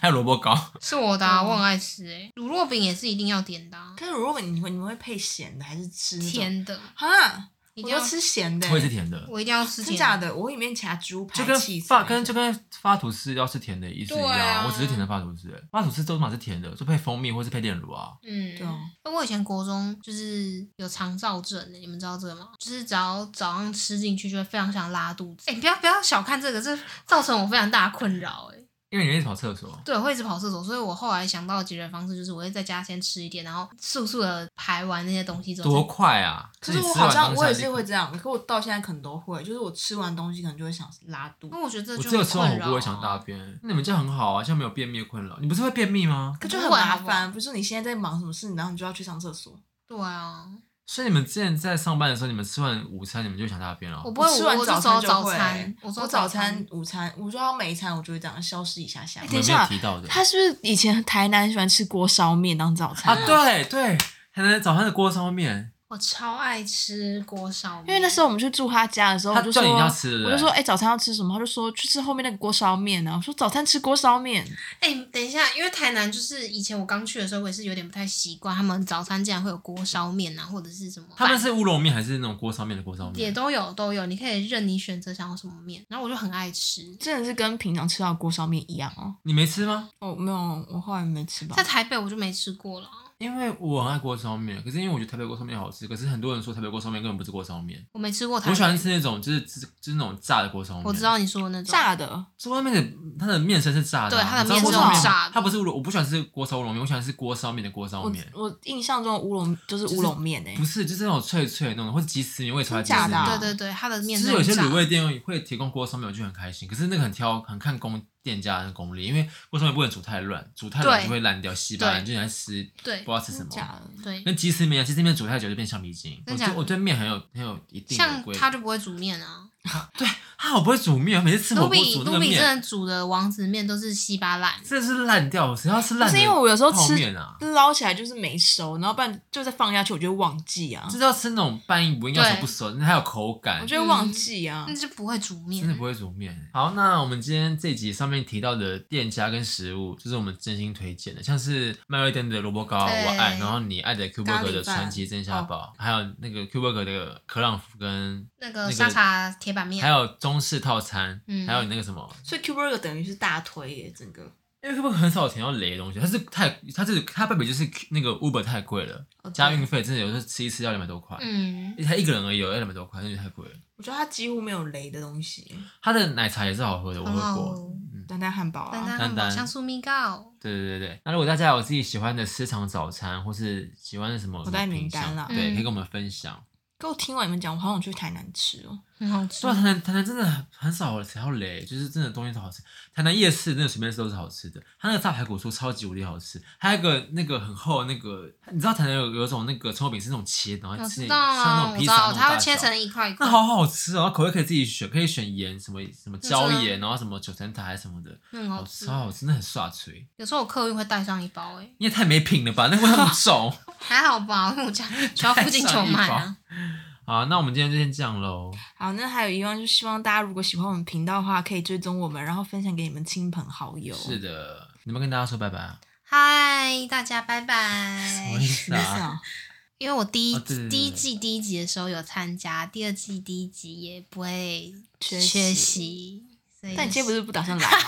C: 还有萝卜糕。
B: 是我的啊，
A: 嗯
B: 我很爱吃哎，乳酪饼也是一定要点的啊，
A: 可是如果你会你们会配咸的还是吃那种
B: 甜的，
A: 哈？
B: 一
A: 我
B: 定要
A: 要吃咸的、欸
C: 我也是甜的，
B: 我一定要吃
A: 真
B: 甜
A: 假，的？我里面夹猪排
C: 就跟
A: 起司
C: 发
A: 那种
C: 跟就跟发吐司要是甜的意思一样，
B: 对啊
C: 我只是甜的发吐司而已，发吐司都嘛是甜的，就配蜂蜜或是配炼乳啊。
B: 嗯，
A: 对啊
B: 那我以前国中就是有肠燥症欸你们知道这个吗？就是只要早上吃进去就会非常想拉肚子。哎、你不要不要小看这个，这造成我非常大的困扰哎、
C: 因为你会一直跑厕所，
B: 对，我会一直跑厕所，所以我后来想到的解决方式就是，我会在家先吃一点，然后速速的排完那些东西之后
C: 多
B: 再，
C: 快啊！
A: 可是
C: 就
A: 我
C: 你吃
A: 好
C: 完
A: 像
C: 当下
A: 我也
C: 立
A: 是
C: 刻
A: 会，这样，可我到现在可能都会，就是我吃完东西可能就会想拉肚
B: 那，我觉得这
C: 我
B: 就
C: 只有吃完
B: 很
C: 火
B: 困
C: 锅会
B: 扰
C: 想
B: 啊
C: 大便。那你们这样很好啊，像没有便秘的困扰。你不是会便秘吗？
A: 可就很
B: 不会
A: 麻
B: 好不好
A: 烦。不是你现在在忙什么事，然后你就要去上厕所。
B: 对啊，
C: 所以你们之前在上班的时候，你们吃完午餐你们就会想大便了
B: 我。不
A: 我
B: 会，
A: 哦吃
B: 我
A: 完
B: 我
A: 早
B: 是走
A: 餐就
B: 早
A: 会欸
B: 餐，，我走
A: 我早餐、午餐，我就要每一餐我就会这样消失一下下
C: 我。
A: 哎等一
C: 们没有
A: 下，
C: 提到的
A: 他是不是以前台南喜欢吃锅烧面当早餐啊
C: 啊，对对，台南早餐的锅烧面，
B: 我我超爱吃锅烧面，
A: 因为那时候我们去住他家的时候，
C: 他
A: 我就
C: 叫
A: 说
C: 你要吃对不
A: 我
C: 对
A: 就说哎、早餐要吃什么？他就说去吃后面那个锅烧面啊。我说早餐吃锅烧面，
B: 哎、等一下，因为台南就是以前我刚去的时候，我也是有点不太习惯，他们早餐竟然会有锅烧面啊，或者是什么
C: 他
B: 饭，
C: 们是乌龙面还是那种锅烧面的锅烧
B: 也
C: 面？
B: 都有都有，你可以任你选择想要什么面，然后我就很爱吃。
A: 真的是跟平常吃到的锅烧面一样哦。
C: 你没吃吗？
A: 哦，没有，我后来没吃吧
B: 在。台北我就没吃过了，
C: 因为我很爱锅烧面，可是因为我觉得台北锅烧面好吃，可是很多人说台北锅烧面根本不是锅烧面。
B: 我没吃过台北。
C: 我喜欢吃那种就是就是就是那种炸的锅烧面。
B: 我知道你说的那种
A: 炸的，
C: 这外面的它的面身是炸的啊、
B: 对它的
C: 你知道
A: 面
C: 锅
A: 是
C: 烧面吗
B: 炸的
C: 它不是乌龙，我不喜欢吃锅烧乌龙面，我喜欢吃锅烧面的锅烧
A: 我
C: 面，
A: 我印象中的乌龙就是乌龙面欸诶
C: 不，是就是那种脆脆的那种，或者鸡丝面，我也超爱鸡
A: 真假
C: 丝
A: 的啊
C: 面。
B: 对对对，它的面
C: 就是有些
B: 那种
C: 卤
B: 炸
C: 味店会提供锅烧面，我就很开心。可是那个很挑，很看功店家的功力，因为锅烧面不能煮太乱，煮太乱
B: 对
C: 就会烂掉，稀巴烂，
B: 对
C: 就你在吃不
B: 对
C: 知道吃什
A: 真
C: 么
A: 的。假嗯的？
B: 对，
C: 跟鸡丝面一样，鸡丝面煮太久就变橡皮筋。我
B: 真假
C: 对
B: 的
C: 我对面很有很有一定的
B: 像
C: 规律。
B: 他就不会煮面啊。
C: 啊，我不会煮面，每次吃火
B: 卢
C: 锅
B: 比
C: 煮那
B: 卢
C: 个
B: 比
C: 面，
B: 真的煮的王子面都是稀巴烂，
C: 这是烂掉，谁要吃烂
A: 是
C: 的？
A: 因为我有时候
C: 泡
A: 吃
C: 面啊，
A: 捞起来就是没熟，然后不然就再放下去，我就会忘记啊
C: 就，是要吃那种半硬不硬，要求不熟，那还有口
A: 我
C: 感，
A: 就会忘记啊
B: 那。就不会煮面
C: 真的。不会煮面。欸好，那我们今天这集上面提到的店家跟食物，就是我们真心推荐的，像是麦瑞店的萝卜糕我
B: 对
C: 爱，然后你爱的 Q
B: 咖
C: Burger
B: 喱
C: 的
B: 饭哦
C: 传奇真虾堡，还有那个 Q Burger 的可朗福跟，
B: 那
C: 那
B: 个
C: 个
B: 沙茶铁板面
C: 还，有中式套餐，
B: 嗯
C: 还有你那个什么
A: 所以 Q Burger 等于是大推耶，整个
C: 因为 Uber 很少填到雷的东西，它是太它这个它贝贝就是那个 Uber 太贵了，
A: 哦对
C: 加运费真的有时候吃一次要两百多块，
B: 嗯，
C: 才一个人而已哦，要两百多块，那就太贵了。
A: 我觉得它几乎没有雷的东西，
C: 它的奶茶也是好喝的，我
B: 很
C: 喝
B: 好
C: 过。
B: 哦。
A: 丹丹汉堡
B: 但
A: 啊，
B: 它很
C: 丹丹
B: 好像素蜜糕，
C: 对对对对，那如果大家有自己喜欢的私藏早餐，或是喜欢的什么
A: 口袋名
C: 什
A: 单
C: 么
A: 啦
C: 品相对，
B: 嗯
C: 可以跟我们分享。
A: 跟我听完你们讲，我好想去台南吃哦。
B: 很好吃
C: 对。啊，台南台南真的很很少才到雷，就是真的东西都好吃。台南夜市真的随便吃都是好吃的，它那个炸排骨酥超级无敌好吃，还有一个那个很厚的那个，你知道台南有有一种那个葱油饼是那种切，然后
B: 我
C: 吃
B: 知
C: 起
B: 道
C: 来像那
B: 啊，
C: 种
B: 我
C: 披
B: 知
C: 萨那
B: 道，
C: 种
B: 它
C: 大
B: 会切
C: 小。
B: 成一块一块
C: 那，好好吃哦，然后口味可以自己选，可以选盐什么什么椒盐，然后什么九层塔还是什么的，
B: 那很
C: 好
B: 好
C: 吃
B: 吃。
C: 超好吃，那很刷嘴。
B: 有时候我客运会带上一包，哎，
C: 你也太没品了吧，那味道很重。
B: 还好吧， 因为我家学校附近就有卖啊。
C: 好，那我们今天就先这样喽。
A: 好，那还有一样就是希望大家如果喜欢我们频道的话，可以追踪我们，然后分享给你们亲朋好友。
C: 是的，你们跟大家说拜拜啊？
B: 嗨，大家拜
C: 什么
B: 拜
C: 意。
A: 什
C: 思
A: 么意思
C: 啊？
A: 啊？
B: 因为我第一、
C: 哦对对对
B: 第一季第一集的时候有参加，第二季第一集也不会
A: 缺席
B: 缺席。所以
A: 但你今天不
B: 是，
A: 是不打算来吗？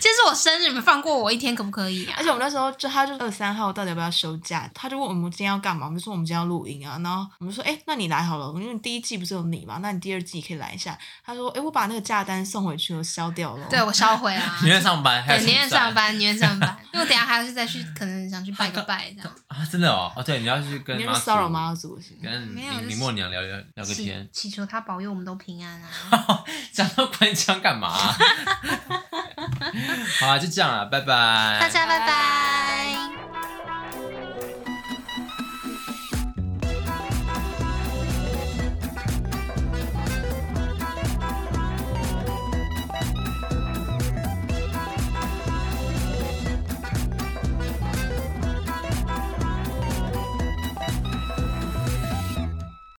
B: 今天是我生日，你们放过我一天可不可以啊？
A: 而且我们那时候就他就二三号到底要不要休假，他就问我们今天要干嘛，我们就说我们今天要录音啊，然后我们说哎、诶那你来好了，因为你第一季不是有你嘛，那你第二季也可以来一下。他说哎、诶我把那个假单送回去了，消掉了。
B: 对我烧毁啊！
C: 你在上班？还
B: 对，
C: 有
B: 宁愿
C: 现在
B: 上班，宁愿上 班，因为我等一下还要去再去，可能想去拜个拜这样。
C: 啊？真的哦，哦对，你要去跟
A: 你
C: 妈
A: 要
C: 祖
A: 去骚扰妈祖是不是？
C: 跟
B: 没有就
C: 林
B: 是
C: 林默娘聊聊聊个天
B: 祈，祈求他保佑我们都平安啊！
C: 讲到 关腔干嘛啊？好啊，就这样啊，拜拜。
B: 大家拜拜。